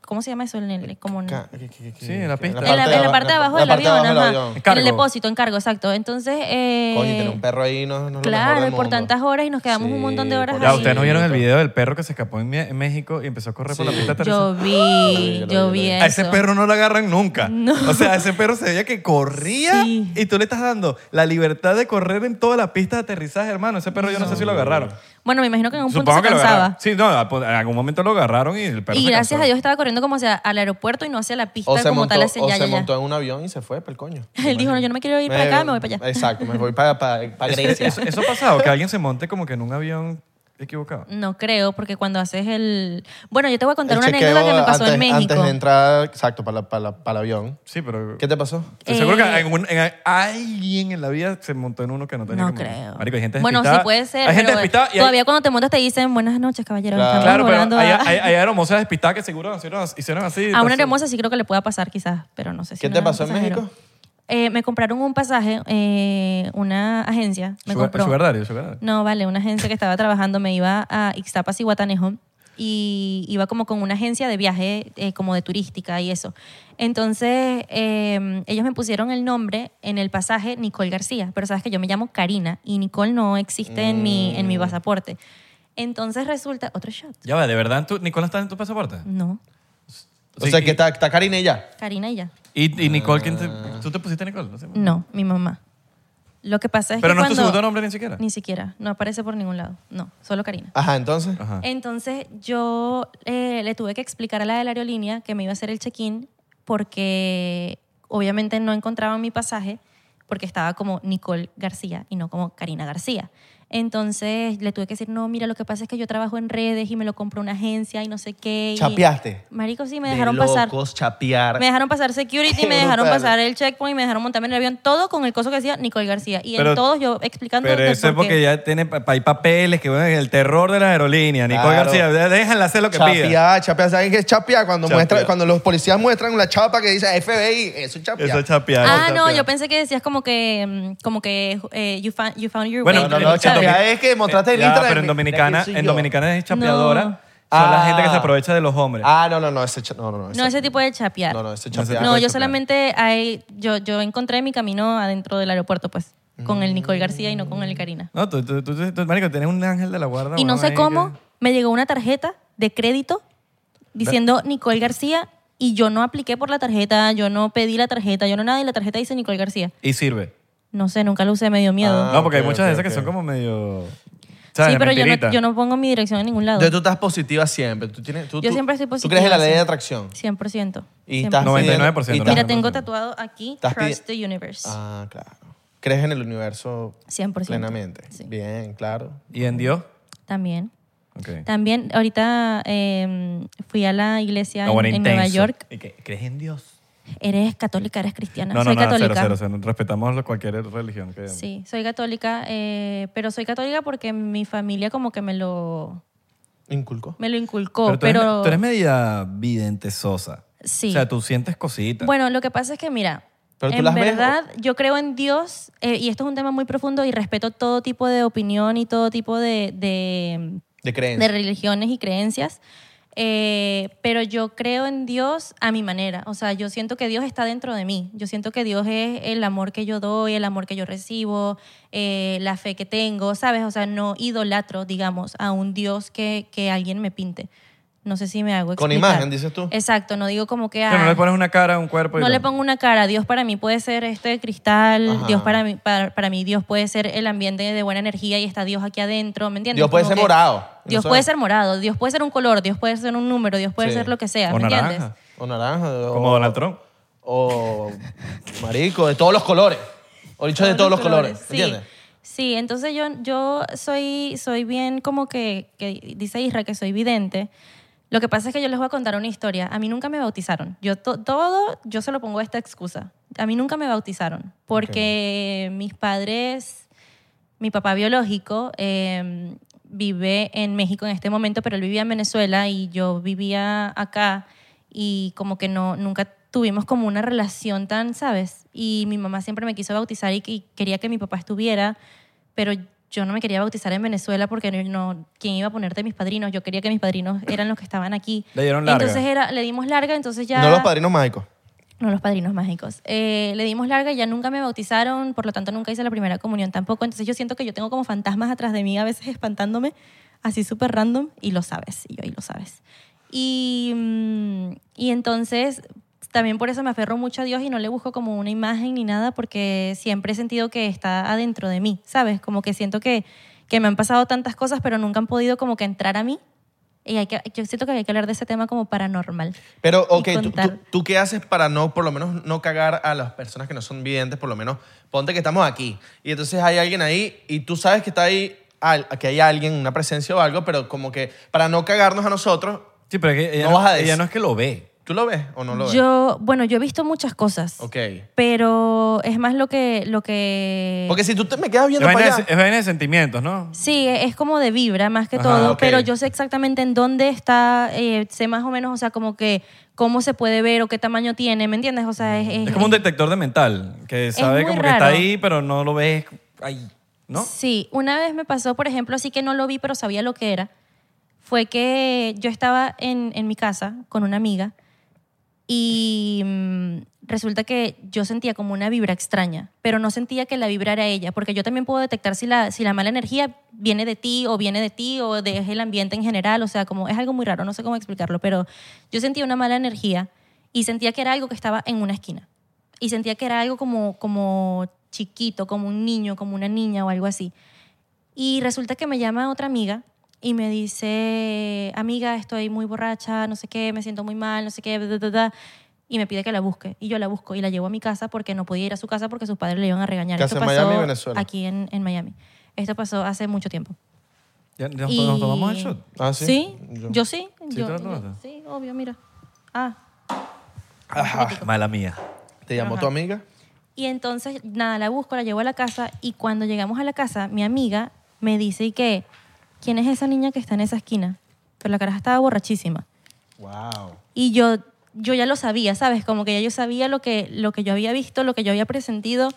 ¿Cómo se llama eso? En el, como en-
Ca- que- que- que-
Sí, en la pista.
en la, en la parte de abajo del
la parte de
avión,
abajo
ajá.
del
avión.
en el
Cargo.
depósito, en cargo, exacto. Entonces, eh,
Coño, tener un perro ahí no, no es lo mejor
claro,
del
y por
mundo.
tantas horas y nos quedamos un montón de
Sí,
horas
por-
Ya,
ahí.
ustedes no
Sí,
vieron el
todo.
video del perro que se escapó en, Mie- en México y empezó a correr por la
Sí.
pista de aterrizaje?
Yo vi,
Yo lo vi, yo
yo
lo vi.
vi eso.
A ese perro no lo agarran nunca.
No.
O sea, ese perro se veía que corría
Sí.
y tú le estás dando la libertad de correr en toda la pista de aterrizaje, hermano. Ese perro yo no sé si lo agarraron.
Bueno, me imagino que en un
Supongo
punto
que
se
lo agarraron.
cansaba.
Sí, no, a- en algún momento lo agarraron y el perro
Y
se
gracias
cansó.
a Dios estaba corriendo como hacia al aeropuerto y no hacia la pista
O se,
como
montó,
tal hacia
o
ya,
se
ya, ya.
montó en un avión y se fue para el coño.
Él dijo, no, yo no me quiero ir para acá, me voy para allá.
Exacto, me voy para, para, para Grecia.
Eso, eso ha pasado, que alguien se monte como que en un avión equivocado?
No creo, porque cuando haces el... Bueno, yo te voy a contar
El
una
chequeo
anécdota que me pasó
antes,
en México.
Antes de entrar, exacto, para, la- para, la- para el avión.
Sí, pero...
¿Qué te pasó?
Estoy seguro que
Eh,
en un- en- alguien en la vida se montó en uno que no tenía
No
que montar.
creo.
Marico, hay gente
bueno, sí
despistada.
puede ser.
Hay gente
pero
despistada y hay-
todavía cuando te montas te dicen buenas noches, caballero.
Claro.
Estamos
Claro, pero
volando
hay,
a,
hay, hay aeromoza despistada que seguro hicieron, hicieron así. pues,
a una
entonces-
hermosa sí creo que le pueda pasar quizás, pero no sé si
¿Qué
no
te
era un
pasó en
pasajero.
México?
Eh, me compraron un pasaje, eh, una agencia me
Sugar,
compró.
sugar daddy, sugar daddy.
No, vale, una agencia que estaba trabajando me iba a Ixtapas y Guatanejo y iba como con una agencia de viaje eh, como de turística y eso. Entonces, eh, ellos me pusieron el nombre en el pasaje Nicole García, pero sabes que yo me llamo Karina y Nicole no existe en, mi,
Mm.
en mi pasaporte. Entonces resulta, otro shot,
Ya va, ¿de verdad tú, Nicole está en tu pasaporte?
no,
O
Sí,
sea,
y-
que está, está Karina y ya.
Karina y ya,
Y, y Nicole, ¿quién te, ¿tú te pusiste Nicole? No sé.
no, mi mamá. Lo que pasa Mm, es
Pero
que
no es tu
cuando...
segundo nombre ni siquiera.
Ni siquiera, no aparece por ningún lado, no, solo Karina.
Ajá, entonces.
Ajá.
Entonces yo eh, le tuve que explicar a la de la aerolínea que me iba a hacer el check-in porque obviamente no encontraba mi pasaje porque estaba como Nicole García y no como Karina García. Entonces le tuve que decir, no, mira, lo que pasa es que yo trabajo en redes y me lo compró una agencia y no sé qué. y-
Chapeaste.
Marico, sí, me
De
dejaron pasar.
locos, chapear.
Me dejaron pasar security, me dejaron
Brutal.
pasar el checkpoint, me dejaron montarme en el avión, todo con el coso que decía Nicole García. Y
Pero-
en todos yo explicando
Pero
de
eso es
por qué.
porque ya tiene, pa- hay papeles que bueno, el terror de las aerolíneas. Nicole
Claro.
García, de- déjenla hacer lo que pida.
Chapear, chapear. ¿Saben qué es chapear? Cuando,
Chapear.
muestra, cuando los policías muestran la chapa que dice FBI, eso es chapear.
Eso es
Ah,
chapear. eso es
no,
chapear.
yo pensé que decías como que, mm, como que eh, you, found, you found your
Bueno,
way.
No, no, no,
en-
chapear
¿sabes?
Domin-
es que mostraste el
Ya,
Instagram.
Pero en Dominicana,
Mira quién soy
en
yo.
Dominicana es chapeadora.
No.
Son la
Ah.
gente que se aprovecha de los hombres.
Ah, no, no, no. Ese, cha- no, no, no.
No ese tipo de chapear.
No, no, ese
No, ese
chapear.
tipo
No,
de
yo
chapear.
solamente hay, yo, yo encontré mi camino adentro del aeropuerto, pues, con el Nicole García y no con el Karina.
No, tú, tú, tú, tú- tú, marico, tienes un ángel de la
Ah,
guarda.
Y no
weón,
sé
ahí
cómo
que-
me llegó una tarjeta de crédito diciendo Nicole García y yo no apliqué por la tarjeta, yo no pedí la tarjeta, yo no nada y la tarjeta dice Nicole García.
Y sirve.
No sé, nunca lo usé, me dio
Ah,
miedo.
no, porque hay
ok,
muchas
ok,
de esas que
ok.
son como medio... ¿sabes?
sí, pero yo no,
Mentiritas.
yo no pongo mi dirección en ningún lado.
Entonces tú estás positiva siempre. Tú tienes, tú,
Yo
tú-
siempre estoy
Tú crees en la
positiva,
ley de
sí.
atracción.
100%.
Y
100%.
estás pidiendo-
99%
y estás-
Mira,
Claro,
tengo
claro.
tatuado aquí
Estás pidi-
Trust the Universe.
Ah, claro. Crees en el universo
100%.
plenamente.
Sí.
Bien, claro.
¿Y en Dios?
También.
Ok.
También, ahorita eh, fui a la iglesia
No, bueno,
en, en Nueva
intenso.
York.
¿Y qué? ¿Crees en Dios?
Eres católica, eres cristiana.
No, no,
soy
no,
católica.
cero, cero, cero. Respetamos lo- cualquier religión que...
Sí, soy católica, eh, pero soy católica porque mi familia como que me lo,
Inculco.
me lo inculcó. oh,
Pero
Pero,
tú, Eres, tú eres media vidente sosa.
Sí.
O sea, tú sientes cositas.
Bueno, lo que pasa es que, mira,
Pero tú
en
las ves,
verdad yo creo en Dios eh, y esto es un tema muy profundo y respeto todo tipo de opinión y todo tipo de- de
De
de
creencia.
religiones y creencias, eh, pero yo creo en Dios a mi manera. O sea, yo siento que Dios está dentro de mí. Yo siento que Dios es el amor que yo doy, el amor que yo recibo, eh, la fe que tengo, ¿sabes? O sea, no idolatro, digamos, a un Dios que, que alguien me pinte. No sé si me hago
Con
explicar.
imagen, dices tú.
Exacto, no digo como que...
O sea, no
ah,
le pones una cara, un cuerpo y
no
la-
le pongo una cara. Dios para mí puede ser este de cristal.
Ajá.
Dios para mí, para, para mí, Dios puede ser el ambiente de buena energía y está Dios aquí adentro. ¿Me entiendes?
Dios puede
Como
ser
que
morado.
Dios
No
puede
sé.
ser morado. Dios puede ser un color. Dios puede ser un número. Dios puede
Sí.
ser lo que sea.
O
¿Me
naranja.
entiendes?
O naranja. o-
Como Donald Trump.
O marico, de todos los colores. O dicho de todos los colores.
Sí.
¿Entiendes?
Sí, entonces yo, yo soy, soy bien como que, que dice Isra que soy vidente. Lo que pasa es que yo les voy a contar una historia. A mí nunca me bautizaron. Yo to- todo, yo se lo pongo a esta excusa. A mí nunca me bautizaron porque mis padres, mi papá biológico eh, vive en México en este momento, pero él vivía en Venezuela y yo vivía acá y como que no, nunca tuvimos como una relación tan, ¿sabes? Y mi mamá siempre me quiso bautizar y, y quería que mi papá estuviera, pero yo no me quería bautizar en Venezuela porque no, no- quién iba a ponerte mis padrinos, yo quería que mis padrinos eran los que estaban aquí.
Le dieron larga.
Entonces era, le dimos larga, entonces ya
No los padrinos mágicos.
no, los padrinos mágicos. Eh, le dimos larga, ya nunca me bautizaron, por lo tanto nunca hice la primera comunión tampoco. Entonces yo siento que yo tengo como fantasmas atrás de mí a veces espantándome, así súper random, y lo sabes, y yo, y lo sabes. Y, mm, y entonces también por eso me aferro mucho a Dios y no le busco como una imagen ni nada, porque siempre he sentido que está adentro de mí, ¿sabes? Como que siento que, que me han pasado tantas cosas, pero nunca han podido como que entrar a mí. Y hay que, yo siento que hay que hablar de ese tema como paranormal.
Pero,
Y
ok, ¿tú,
contar.
tú, tú qué haces para no, por lo menos, no cagar a las personas que no son videntes? Por lo menos, ponte que estamos aquí. Y entonces hay alguien ahí y tú sabes que está ahí al- que hay alguien, una presencia o algo, pero como que para no cagarnos a nosotros,
Sí, pero es que ella
No
no,
vas a
ella
decir.
no es que lo ve.
¿tú lo ves o no lo ves?
Yo, bueno, yo he visto muchas cosas.
Ok.
Pero es más lo que, lo que...
Porque si tú te me quedas
Es
viendo para
vaina, de,
allá,
es vaina de sentimientos, ¿no?
Sí, e- es como de vibra más que
Ajá,
todo,
ok.
pero yo sé exactamente en dónde está, eh, sé más o menos, o sea, como que cómo se puede ver o qué tamaño tiene, ¿me entiendes? O sea, es...
Es como un detector de mental, que sabe
muy
como que está
raro.
ahí, pero no lo ves ahí, ¿no?
Sí, una vez me pasó, por ejemplo, así que no lo vi, pero sabía lo que era. Fue que yo estaba en, en mi casa con una amiga y mm, resulta que yo sentía como una vibra extraña, pero no sentía que la vibra era ella, porque yo también puedo detectar si la, si la mala energía viene de ti o viene de ti o de es el ambiente en general, o sea, como es algo muy raro, no sé cómo explicarlo, pero yo sentía una mala energía y sentía que era algo que estaba en una esquina y sentía que era algo como, como chiquito, como un niño, como una niña o algo así. Y resulta que me llama otra amiga y me dice, amiga, estoy muy borracha, no sé qué, me siento muy mal, no sé qué, da, da, da", y me pide que la busque. Y yo la busco y la llevo a mi casa porque no podía ir a su casa porque sus padres le iban a regañar.
Casa en Miami, Venezuela.
Aquí en, en Miami. Esto pasó hace mucho tiempo.
Ya, ya nos,
Y-
nos tomamos el shot.
Ah, ¿sí? Yo-
Yo, sí.
¿Sí
yo,
te lo tomaste?
sí, obvio, mira. Ah,
Mala mía.
te llamó
Ajá.
tu amiga.
Y entonces, nada, la busco, la llevo a la casa y cuando llegamos a la casa, mi amiga me dice y que, ¿quién es esa niña que está en esa esquina? Pero la caraja estaba borrachísima.
Wow.
Y yo, yo ya lo sabía, ¿sabes? Como que ya yo sabía lo que, lo que yo había visto, lo que yo había presentido.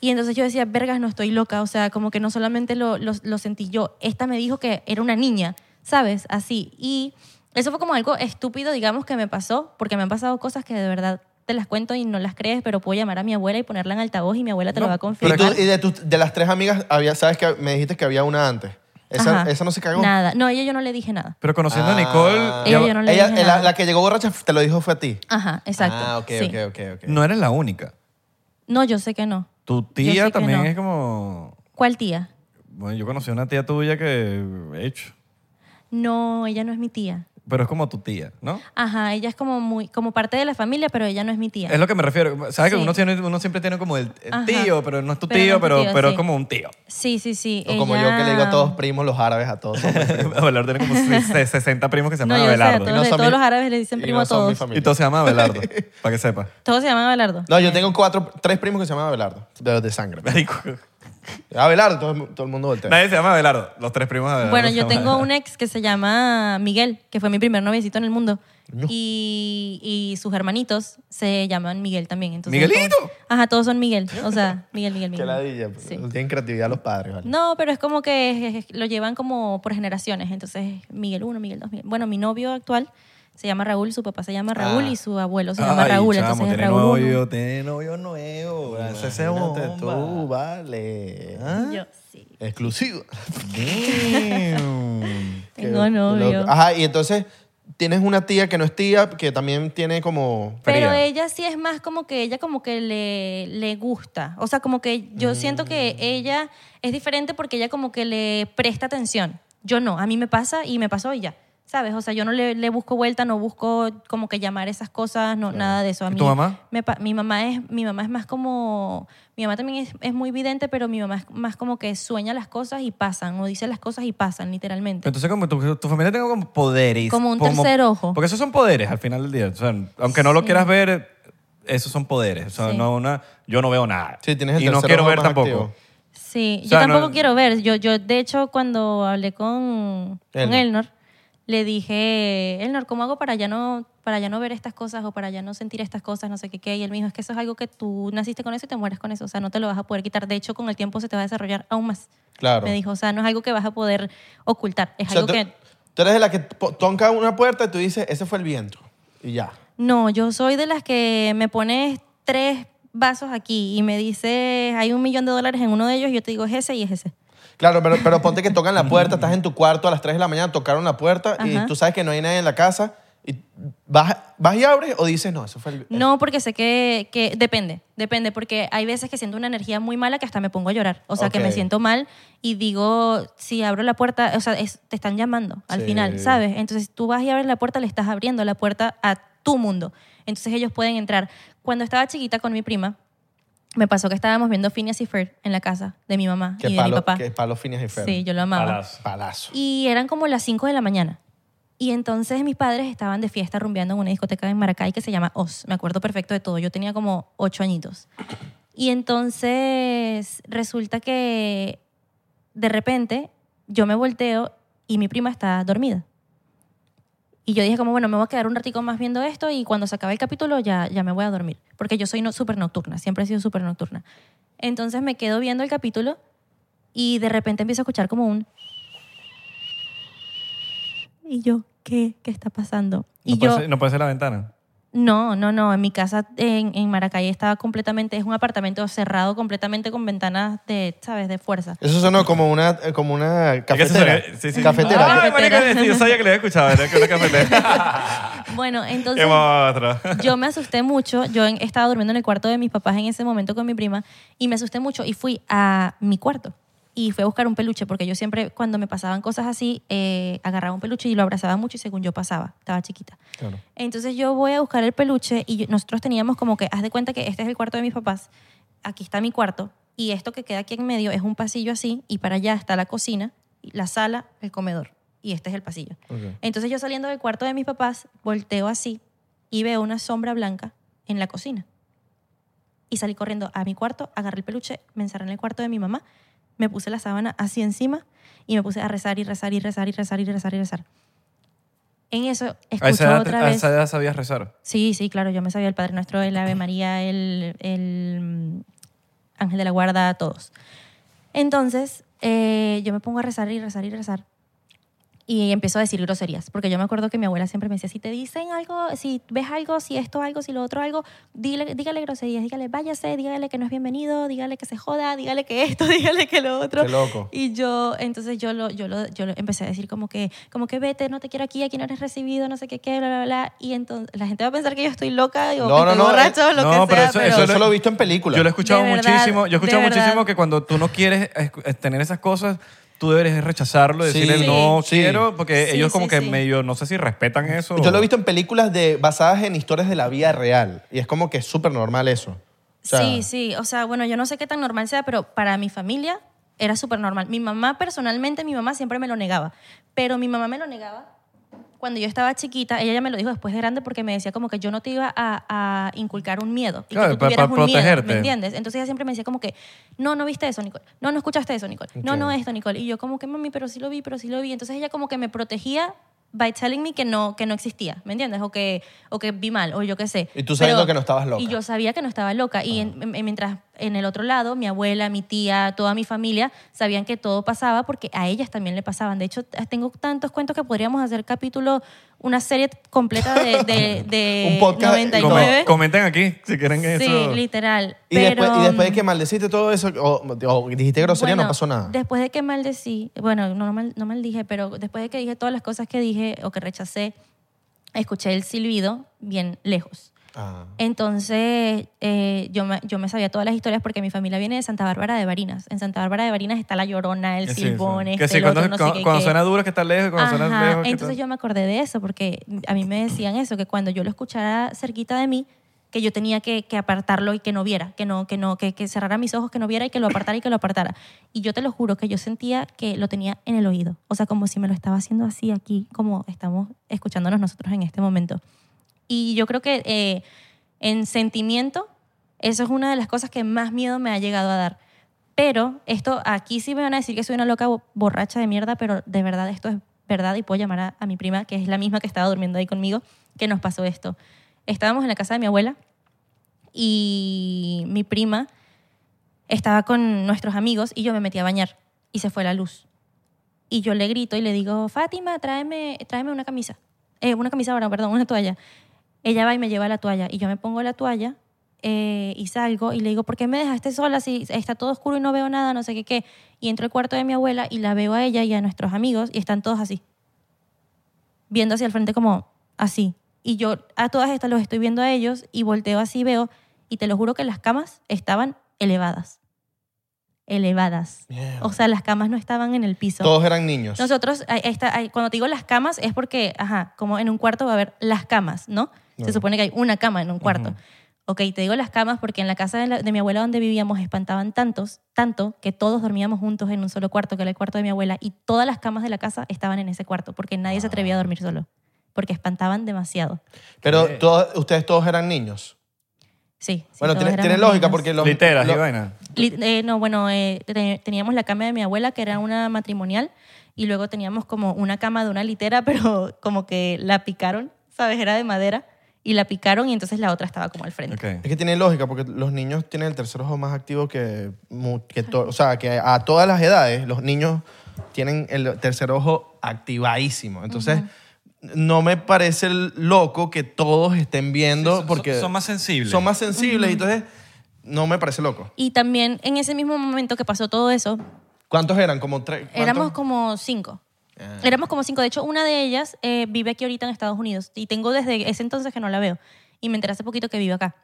Y entonces yo decía, vergas, no estoy loca. O sea, como que no solamente lo, lo- lo sentí yo, esta me dijo que era una niña, ¿sabes? Así. Y eso fue como algo estúpido, digamos, que me pasó, porque me han pasado cosas que de verdad te las cuento y no las crees, pero puedo llamar a mi abuela y ponerla en altavoz y mi abuela te
No,
lo va a
Y,
confirmar.
tú- y de, tus- de las tres amigas, había, sabes que me dijiste que había una antes. Esa,
Ajá.
esa no se cagó.
Nada. No, a ella yo no le dije nada.
Pero conociendo a
Ah.
Nicole,
Ella,
ya-
yo no le
Ella, eh,
dije
la,
nada.
la que llegó borracha te lo dijo fue a ti.
Ajá, exacto.
Ah, ok,
sí.
ok, ok, ok.
no eres la única.
No, yo sé que no.
Tu
Yo sé
tía
que
también
no.
es como...
¿Cuál tía?
Bueno, yo conocí a una tía tuya que he hecho,
No, ella no es mi tía.
pero es como tu tía, ¿no?
Ajá, ella es como muy como parte de la familia, pero ella no es mi tía.
Es lo que me refiero. ¿Sabes que
Sí.
uno, tiene- uno siempre tiene como el, el
Ajá.
tío, pero no es tu
Pero no
tío,
es tu
pero,
tío,
pero
sí.
es como un tío?
Sí, sí, sí.
O como yo que le digo a todos pues, primos, los árabes, a todos. son mis primos.
Abelardo tiene como se- se- 60 primos que se
No,
llaman
yo sé, a
Abelardo.
todos,
Y no
de
son
todos
mi-
los árabes le dicen
y
primo
no
a
son mi
todos.
familia.
Y todo se llama Abelardo, para que sepa.
Todos se llaman Abelardo.
No, yo tengo cuatro, tres primos que se llaman Abelardo, de los de sangre.
Marico,
Abelardo, todo, todo el mundo voltea.
Nadie se llama Abelardo. Los tres primos de Abelardo.
Bueno,
se
yo
llaman
tengo
Abelardo.
un ex que se llama Miguel, que fue mi primer noviecito en el mundo. Y, y sus hermanitos se llaman Miguel también. Entonces,
¿Miguelito?
como- ajá, todos son Miguel. O sea, Miguel, Miguel,
Qué
Miguel.
ladilla. pues.
Sí.
Tienen creatividad los padres, ¿vale?
No, pero es como que es- es- lo llevan como por generaciones. Entonces, Miguel 1, Miguel 2, Miguel. Bueno, mi novio actual se llama Raúl, su papá se llama Raúl
Ah.
y su abuelo se llama
Ay,
Raúl.
chamo,
entonces, es
tiene
Raúl uno.
novio, tiene novio nuevo. Ese se
Imagínate tú,
bomba.
vale.
Yo sí.
Ah. Exclusivo.
Damn.
Tengo
Qué
novio.
Ah,
loco. Ajá, y entonces tienes una tía que no es tía, que también tiene como...
Pero
Fría.
ella sí es más como que ella como que le, le gusta. O sea, como que yo siento
Mm.
que ella es diferente porque ella como que le presta atención. Yo no, a mí me pasa y me pasó y ya. ¿Sabes? O sea, yo no le, le busco vuelta, no busco como que llamar esas cosas, no, nada de eso. A
¿Y
mí,
tu mamá?
me pa- mi, mamá es, mi mamá es más como... Mi mamá también es, es muy vidente, pero mi mamá es más como que sueña las cosas y pasan, o dice las cosas y pasan, literalmente.
Entonces, como tu, tu familia tenga como poderes.
Como un tercer ojo.
Porque esos son poderes al final del día. O sea, aunque no lo quieras ver, esos son poderes. O sea,
Sí.
no una, yo no veo nada.
Sí, tienes el
Y no
tercer
quiero
ojo
ver
más
tampoco.
activo.
Sí,
O sea,
yo tampoco
no-
quiero ver. Yo, yo, de hecho, cuando hablé con, con
Elnor.
Elnor, le dije, Elnor, ¿cómo hago para ya, no, para ya no ver estas cosas o para ya no sentir estas cosas, no sé qué, qué? Y él me dijo, es que eso es algo que tú naciste con eso y te mueres con eso, o sea, no te lo vas a poder quitar. De hecho, con el tiempo se te va a desarrollar aún más.
Claro.
Me dijo, o sea, no es algo que vas a poder ocultar, es
O sea,
algo
tú,
que...
tú eres de la que po- toca una puerta y tú dices, ese fue el viento. Y ya.
No, yo soy de las que me pones tres vasos aquí y me dices, hay un millón de dólares en uno de ellos y yo te digo, es ese y es ese.
Claro, pero, pero ponte que tocan la puerta, estás en tu cuarto a las 3 de la mañana, tocaron la puerta y
Ajá.
tú sabes que no hay nadie en la casa y vas, vas y abres o dices, no, eso fue el...
No, porque sé que, que depende, depende, porque hay veces que siento una energía muy mala que hasta me pongo a llorar, o sea, que
Ok.
me siento mal y digo, si abro la puerta, o sea, es- te están llamando al
Sí.
final, ¿sabes? Entonces tú vas y abres la puerta, le estás abriendo la puerta a tu mundo, entonces ellos pueden entrar. Cuando estaba chiquita con mi prima, me pasó que estábamos viendo Phineas y Ferb en la casa de mi mamá
Que
y de mi
palo,
papá.
que palo Phineas y Ferb.
Sí, yo lo amaba.
Palazo.
Palazo.
Y eran como las 5 de la mañana. Y entonces mis padres estaban de fiesta rumbeando en una discoteca en Maracay que se llama Oz. Me acuerdo perfecto de todo. Yo tenía como ocho añitos. Y entonces resulta que de repente yo me volteo y mi prima está dormida. Y yo dije como, bueno, me voy a quedar un ratico más viendo esto y cuando se acabe el capítulo ya, ya me voy a dormir. Porque yo soy no, súper nocturna, siempre he sido súper nocturna. Entonces me quedo viendo el capítulo y de repente empiezo a escuchar como un... Y yo, ¿qué? ¿Qué está pasando? Y
No,
yo...
puede ser, no puede ser la ventana.
No, no, no. En mi casa en, en Maracay estaba completamente, es un apartamento cerrado completamente con ventanas de, ¿sabes? De fuerza.
Eso sonó como una, eh, como una
Es que eso
cafetera.
suena- sí, sí.
Cafetera.
Ay,
Cafetera.
marico, yo sabía que le había escuchado. Era que una cafetera.
Bueno,
Qué
entonces
otro.
yo me asusté mucho. Yo en- estaba durmiendo en el cuarto de mis papás en ese momento con mi prima y me asusté mucho y fui a mi cuarto y fui a buscar un peluche porque yo siempre cuando me pasaban cosas así eh, agarraba un peluche y lo abrazaba mucho y según yo pasaba, estaba chiquita.
Claro.
Entonces yo voy a buscar el peluche y yo- nosotros teníamos como que, haz de cuenta que este es el cuarto de mis papás, aquí está mi cuarto y esto que queda aquí en medio es un pasillo así y para allá está la cocina, la sala, el comedor y este es el pasillo.
Ok.
Entonces yo saliendo del cuarto de mis papás, volteo así y veo una sombra blanca en la cocina. Y salí corriendo a mi cuarto, agarré el peluche, me encerré en el cuarto de mi mamá, me puse la sábana así encima y me puse a rezar y rezar y rezar y rezar y rezar y rezar. En eso
A esa,
escucho
edad,
otra
a
vez.
esa edad sabías rezar.
Sí, sí, claro, yo me sabía el Padre Nuestro, el Ave María, el, el, mm, Ángel de la Guarda, todos. Entonces, eh, yo me pongo a rezar y rezar y rezar. Y empiezo a decir groserías, porque yo me acuerdo que mi abuela siempre me decía, si te dicen algo, si ves algo, si esto algo, si lo otro algo, dile, dígale groserías, dígale váyase, dígale que no es bienvenido, dígale que se joda, dígale que esto, dígale que lo otro.
Qué loco.
Y yo, entonces yo lo, yo lo, yo lo empecé a decir como que, como que vete, no te quiero aquí, aquí no eres recibido, no sé qué, qué, bla, bla, bla. Y entonces la gente va a pensar que yo estoy loca, digo,
No,
que
no,
estoy
no,
borracho,
eh,
lo
no,
que sea.
pero eso-
Eso,
pero-
lo he visto en películas.
Yo lo he escuchado
De verdad,
muchísimo. Yo he escuchado
de verdad.
muchísimo que cuando tú no quieres eh, tener esas cosas, tú deberes rechazarlo,
Sí.
decirle
Sí.
no
Sí.
quiero, porque
Sí,
ellos como
sí,
que
sí.
medio, no sé si respetan eso.
Yo lo he visto en películas de, basadas en historias de la vida real. Y es como que es súper normal eso. O sea,
sí, sí, o sea, bueno, yo no sé qué tan normal sea, pero para mi familia era súper normal. Mi mamá personalmente, mi mamá siempre me lo negaba, pero mi mamá me lo negaba cuando yo estaba chiquita, ella ya me lo dijo después de grande porque me decía como que yo no te iba a, a inculcar un miedo y
Claro,
que tú
pa-
tuvieras
pa-
un miedo,
protegerte.
¿me entiendes? Entonces ella siempre me decía como que no, no viste eso, Nicole, no, no escuchaste eso, Nicole, no,
Ok.
no esto, Nicole, y yo como que mami, pero sí lo vi, pero sí lo vi, entonces ella como que me protegía by telling me que no que no existía, ¿me entiendes? O que o que vi mal o yo qué sé.
Y tú sabiendo que no estabas
y
loca. Ah.
yo sabía que no estaba loca. Y en- en- mientras en el otro lado, mi abuela, mi tía, toda mi familia sabían que todo pasaba porque a ellas también le pasaban. De hecho, t- tengo tantos cuentos que podríamos hacer capítulo, una serie completa de, de, de
Un podcast eh,
Come-
99.
comenten aquí si quieren que
Sí,
eso.
literal.
Y,
Pero, mm,
después, y después de que maldeciste todo eso, o, o dijiste grosería,
bueno,
no pasó nada.
Después de que maldecí, bueno, no, mal, no maldije, pero después de que dije todas las cosas que dije o que rechacé, escuché el silbido bien lejos.
Ah.
eh, Entonces, eh, yo, me, yo me sabía todas las historias porque mi familia viene de Santa Bárbara de Barinas. En Santa Bárbara de Barinas está la Llorona, el
Sí, sí.
Silbón, este,
Que sí,
el
cuando,
otro, no sé
cuando-
qué,
cuando
qué.
suena duro es que está lejos, cuando suena
Ajá,
lejos. que
Entonces
está-
yo me acordé de eso porque a mí me decían eso, que cuando yo lo escuchara cerquita de mí, que yo tenía que, que apartarlo y que no viera, que no, que no, que, que cerrara mis ojos, que no viera y que lo apartara y que lo apartara. Y yo te lo juro que yo sentía que lo tenía en el oído. O sea, como si me lo estaba haciendo así aquí, como estamos escuchándonos nosotros en este momento. Y yo creo que eh, en sentimiento, eso es una de las cosas que más miedo me ha llegado a dar. Pero esto, aquí sí me van a decir que soy una loca bo- borracha de mierda, pero de verdad esto es verdad y puedo llamar a, a mi prima, que es la misma que estaba durmiendo ahí conmigo, que nos pasó esto. Estábamos en la casa de mi abuela y mi prima estaba con nuestros amigos y yo me metí a bañar y se fue la luz. Y yo le grito y le digo, Fátima, tráeme, tráeme una camisa. Eh, una camisa ahora, perdón, una toalla. Ella va y me lleva la toalla y yo me pongo la toalla eh, y salgo y le digo, ¿por qué me dejaste sola si está todo oscuro y no veo nada, no sé qué qué? Y entro al cuarto de mi abuela y la veo a ella y a nuestros amigos y están todos así, viendo hacia el frente como así. Y yo a todas estas los estoy viendo a ellos y volteo así veo y te lo juro que las camas estaban elevadas. Elevadas.
Mierda.
O sea, las camas no estaban en el piso.
Todos eran niños.
Nosotros, ahí está- ahí- cuando te digo las camas, es porque, ajá, como en un cuarto va a haber las camas, ¿no?
Ajá.
Se supone que hay una cama en un cuarto. Ok, te digo las camas porque en la casa de, la- de mi abuela donde vivíamos espantaban tantos, tanto que todos dormíamos juntos en un solo cuarto, que era el cuarto de mi abuela, y todas las camas de la casa estaban en ese cuarto porque nadie se
Ah.
atrevía a dormir solo, porque espantaban demasiado.
Pero
Sí.
todos- ustedes todos eran niños.
Sí. sí,
bueno,
todos
tiene,
éramos
tiene lógica
niños.
porque los...
Literas
los-
y vaina.
Li- eh, no, bueno, eh, te- teníamos la cama de mi abuela, que era una matrimonial, y luego teníamos como una cama de una litera, pero como que la picaron, ¿sabes? Era de madera, y la picaron y entonces la otra estaba como al frente.
Ok.
Es que tiene lógica porque los niños tienen el tercer ojo más activo que... mu- que to- o sea, que a todas las edades los niños tienen el tercer ojo activadísimo. Entonces, no me parece loco que todos estén viendo
Sí, son-
porque...
son- son más sensibles.
Son más sensibles, entonces no me parece loco.
Y también en ese mismo momento que pasó todo eso,
¿Cuántos eran? Como tres. ¿cuántos?
éramos como cinco. Éramos como cinco. De hecho, una de ellas eh, vive aquí ahorita en Estados Unidos. Y tengo desde ese entonces que no la veo. Y me enteré hace poquito que vive acá.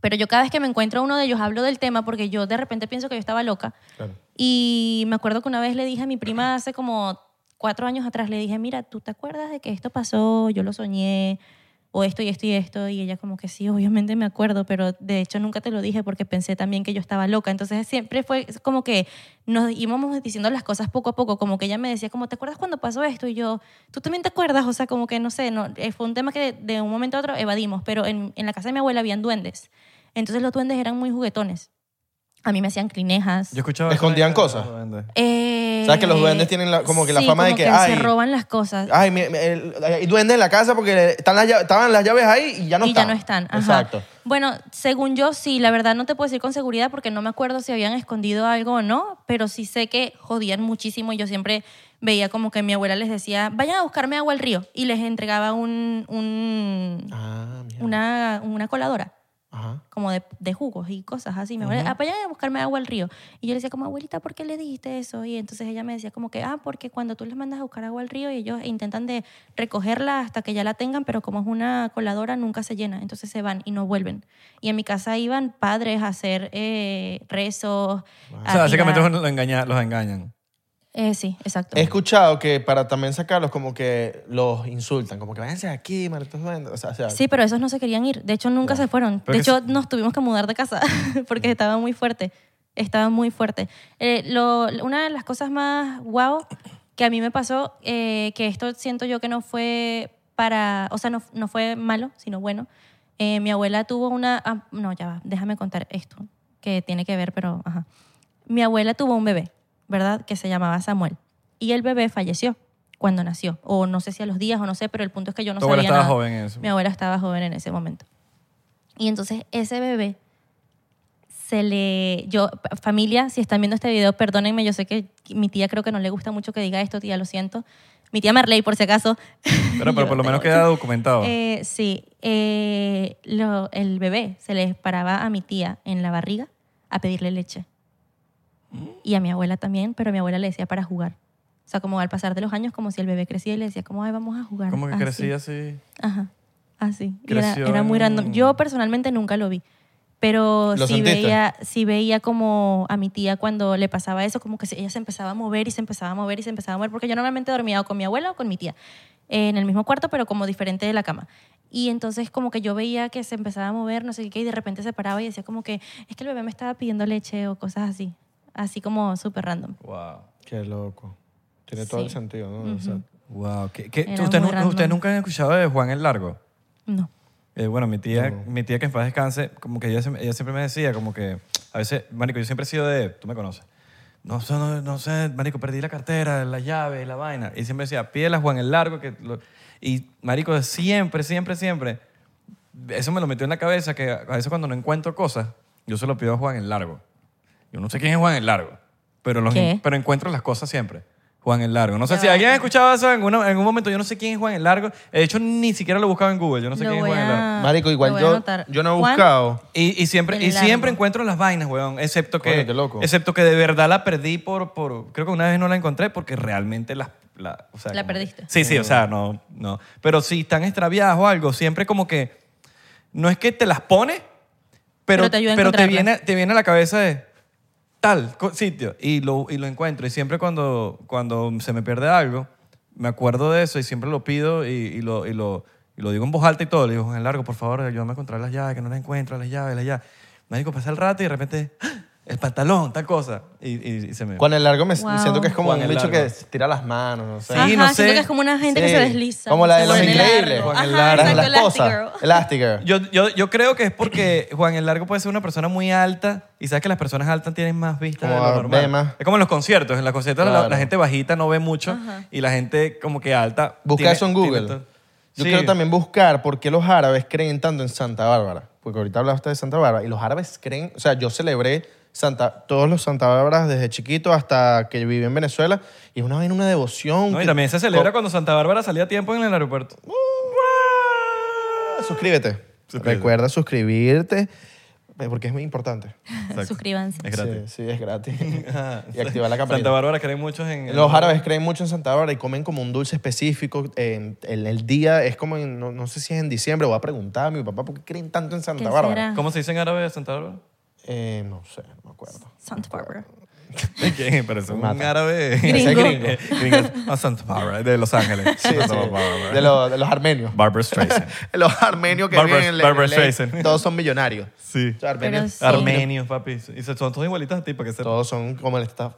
Pero yo cada vez que me encuentro a uno de ellos hablo del tema porque yo de repente pienso que yo estaba loca.
Claro.
Y me acuerdo que una vez le dije a mi prima hace como cuatro años atrás, le dije, mira, ¿tú te acuerdas de que esto pasó? Yo lo soñé, o esto y esto y esto. Y ella como que sí, obviamente me acuerdo, pero de hecho nunca te lo dije porque pensé también que yo estaba loca. Entonces siempre fue como que nos íbamos diciendo las cosas poco a poco, como que ella me decía, como, ¿te acuerdas cuando pasó esto? Y yo, ¿tú también te acuerdas? O sea, como que no sé, no, eh, fue un tema que de, un momento a otro evadimos, pero en, en la casa de mi abuela habían duendes. Entonces los duendes eran muy juguetones. A mí me hacían crinejas.
Yo escuchaba...
Escondían
eso de-
cosas.
Eh,
¿Sabes que los duendes tienen la- como que la
sí,
fama de
como
que,
se
ay,
roban las cosas.
Ay, mi- mi- el- hay duende en la casa porque están las llaves- estaban las llaves ahí y ya no
y
están.
ya no están. ajá.
Exacto.
Bueno, según yo sí, la verdad no te puedo decir con seguridad porque no me acuerdo si habían escondido algo o no, pero sí sé que jodían muchísimo y yo siempre veía como que mi abuela les decía, vayan a buscarme agua al río y les entregaba un, un-
Ah, mierda.
una, una coladora
Ajá.
como de, de jugos y cosas así. Mi abuela, "Ah, para allá a buscarme agua al río. Y yo le decía como, abuelita, ¿por qué le dijiste eso? Y entonces ella me decía como que, ah, porque cuando tú les mandas a buscar agua al río y ellos intentan de recogerla hasta que ya la tengan, pero como es una coladora, nunca se llena. Entonces se van y no vuelven. Y en mi casa iban padres a hacer eh, rezos.
O
a
sea, básicamente
tirar-
los engaña- los engañan.
Eh, sí, exacto.
He escuchado que para también sacarlos como que los insultan, como que váyanse de aquí, malditos duendes. O sea, o sea,
Sí, pero esos no se querían ir. De hecho, nunca se fueron.
Pero
de
que
hecho, nos tuvimos que mudar de casa porque estaba muy fuerte. Estaba muy fuerte. Eh, lo- una de las cosas más guau que a mí me pasó, eh, que esto siento yo que no fue para, o sea, no, no fue malo, sino bueno. Eh, mi abuela tuvo una, ah, no, ya va, déjame contar esto, que tiene que ver, pero, ajá. Mi abuela tuvo un bebé, ¿verdad? Que se llamaba Samuel. Y el bebé falleció cuando nació, o no sé si a los días, o no sé, pero el punto es que yo no
Tu
sabía
abuela estaba
nada.
joven en eso.
Mi abuela estaba joven en ese momento. Y entonces ese bebé se le... Yo, pa- familia, si están viendo este video, perdónenme, yo sé que mi tía creo que no le gusta mucho que diga esto, tía, lo siento. Mi tía Marley, por si acaso.
Pero, pero
Yo
por lo menos
tengo-
queda documentado.
Eh, sí, eh, lo- el bebé se le paraba a mi tía en la barriga a pedirle leche. Y a mi abuela también, pero mi abuela le decía para jugar. O sea, como al pasar de los años, como si el bebé crecía y le decía, como, ay, vamos a jugar.
Como que
así.
crecía así.
Ajá, así. Y era,
Creció
era muy
en-
random. Yo personalmente nunca lo vi, pero
¿Lo
sí
sentiste?
veía, sí veía como a mi tía cuando le pasaba eso, como que se- ella se empezaba a mover y se empezaba a mover y se empezaba a mover, porque yo normalmente dormía o con mi abuela o con mi tía, eh, en el mismo cuarto, pero como diferente de la cama. Y entonces como que yo veía que se empezaba a mover, no sé qué, y de repente se paraba y decía como que es que el bebé me estaba pidiendo leche o cosas así, así como súper random.
Wow.
Qué loco. Tiene todo
Sí.
el sentido, ¿no? O sea,
Wow. ¿Qué, qué-
Era
¿Ustedes
muy
nu-
random.
ustedes nunca han escuchado de Juan el Largo?
No.
Eh, bueno, mi tía, mi tía que en paz descanse, como que ella, se- ella siempre me decía, como que, a veces, marico, yo siempre he sido de, tú me conoces, no sé, no, no sé, marico, perdí la cartera, la llave, la vaina. Y siempre decía, pídela Juan el Largo. Que lo- Y, marico, siempre, siempre, siempre, eso me lo metió en la cabeza, que a veces cuando no encuentro cosas, yo se lo pido a Juan el Largo. Yo no sé quién es Juan el Largo, pero, los
¿Qué?
pero encuentro las cosas siempre. Juan el Largo. No sé si alguien ha escuchado eso en, alguna- en algún momento. Yo no sé quién es Juan el Largo. De hecho, ni siquiera lo he buscado en Google. Yo no sé
Lo
quién es
voy
Juan el Largo.
a-
Marico,
Ah, lo
igual
voy a
yo,
anotar.
yo no he
Juan,
buscado.
Y, y siempre,
El
y
largo.
siempre encuentro las vainas, weón. Excepto que,
Coño, qué loco.
excepto que de verdad la perdí por, por... Creo que una vez no la encontré porque realmente las... La, o sea,
La
como
perdiste.
que- sí, sí, o sea, no, no. Pero si están extraviadas o algo, siempre como que... No es que te las pone, pero,
Pero te ayuda a
pero te,
encontrarlas.
viene, te viene a la cabeza de tal co- sitio y lo, y lo encuentro. Y siempre cuando, cuando se me pierde algo, me acuerdo de eso y siempre lo pido y, y lo, y, lo, Y lo digo en voz alta y todo. Le digo, Juan Largo, por favor, ayúdame a encontrar las llaves, que no las encuentro, las llaves, las llaves. Marico, pasa el rato y de repente, ¡ah! el pantalón, tal cosa. Y, y- y se me...
Juan el Largo me
Wow.
siento que es como
Juan
un
el
bicho que
Largo.
tira las manos, no sé.
Sí, no
Ajá, siento
sé.
que es como una gente que
Sí.
se desliza.
Como la de
se
los
pone largo.
increíbles.
Juan el
Ajá,
Largo.
Las
exacto,
las cosas.
Elastigirl.
Elastigirl.
Yo, yo, yo creo que es porque Juan el Largo puede ser una persona muy alta y sabes que las personas altas tienen más vista de
Como
lo
ve
normal.
más.
Es como en los conciertos. En los conciertos la- la,
Claro.
gente bajita no ve mucho
Ajá.
y la gente como que alta.
Busca
tiene-
eso en
tiene
Google.
todo.
Yo
Sí.
quiero también buscar por qué los árabes creen tanto en Santa Bárbara. Porque ahorita hablaste de Santa Bárbara y los árabes creen, o sea, yo celebré Santa, todos los Santa Bárbaras desde chiquito hasta que viví en Venezuela y es una vaina, una devoción.
No, y
que-
también se celebra
Co-
cuando Santa Bárbara salía a tiempo en el aeropuerto.
Suscríbete.
Suscríbete.
Recuerda suscribirte eh, porque es muy importante.
Exacto.
Suscríbanse.
Es gratis.
Sí, sí, es gratis.
Ajá.
y activar la campanita.
Santa Bárbara creen muchos en...
Los árabes creen mucho en Santa Bárbara y comen como un dulce específico. En, en el día es como, en- no, no sé si es en diciembre, voy a preguntar a mi papá por qué creen tanto en Santa
¿Qué
Bárbara.
será?
¿Cómo se dice en árabe Santa Bárbara?
Eh, no sé, no me acuerdo.
Santa Barbara.
¿Quién? Pero es un
Mata.
árabe...
Gringo.
Ese
Ah, Santa Bárbara, de Los Ángeles.
Sí,
Santa
sí.
Bárbara.
De, los- de los armenios.
Barbara Streisand.
Los armenios que
Barbra-
viven en la-
Barbra
en la-
Streisand.
Todos son millonarios.
Sí.
Los armenios-
sí.
Armenios, papi. Y se- son todos igualitos a ti, porque se...
Todos son como el staff.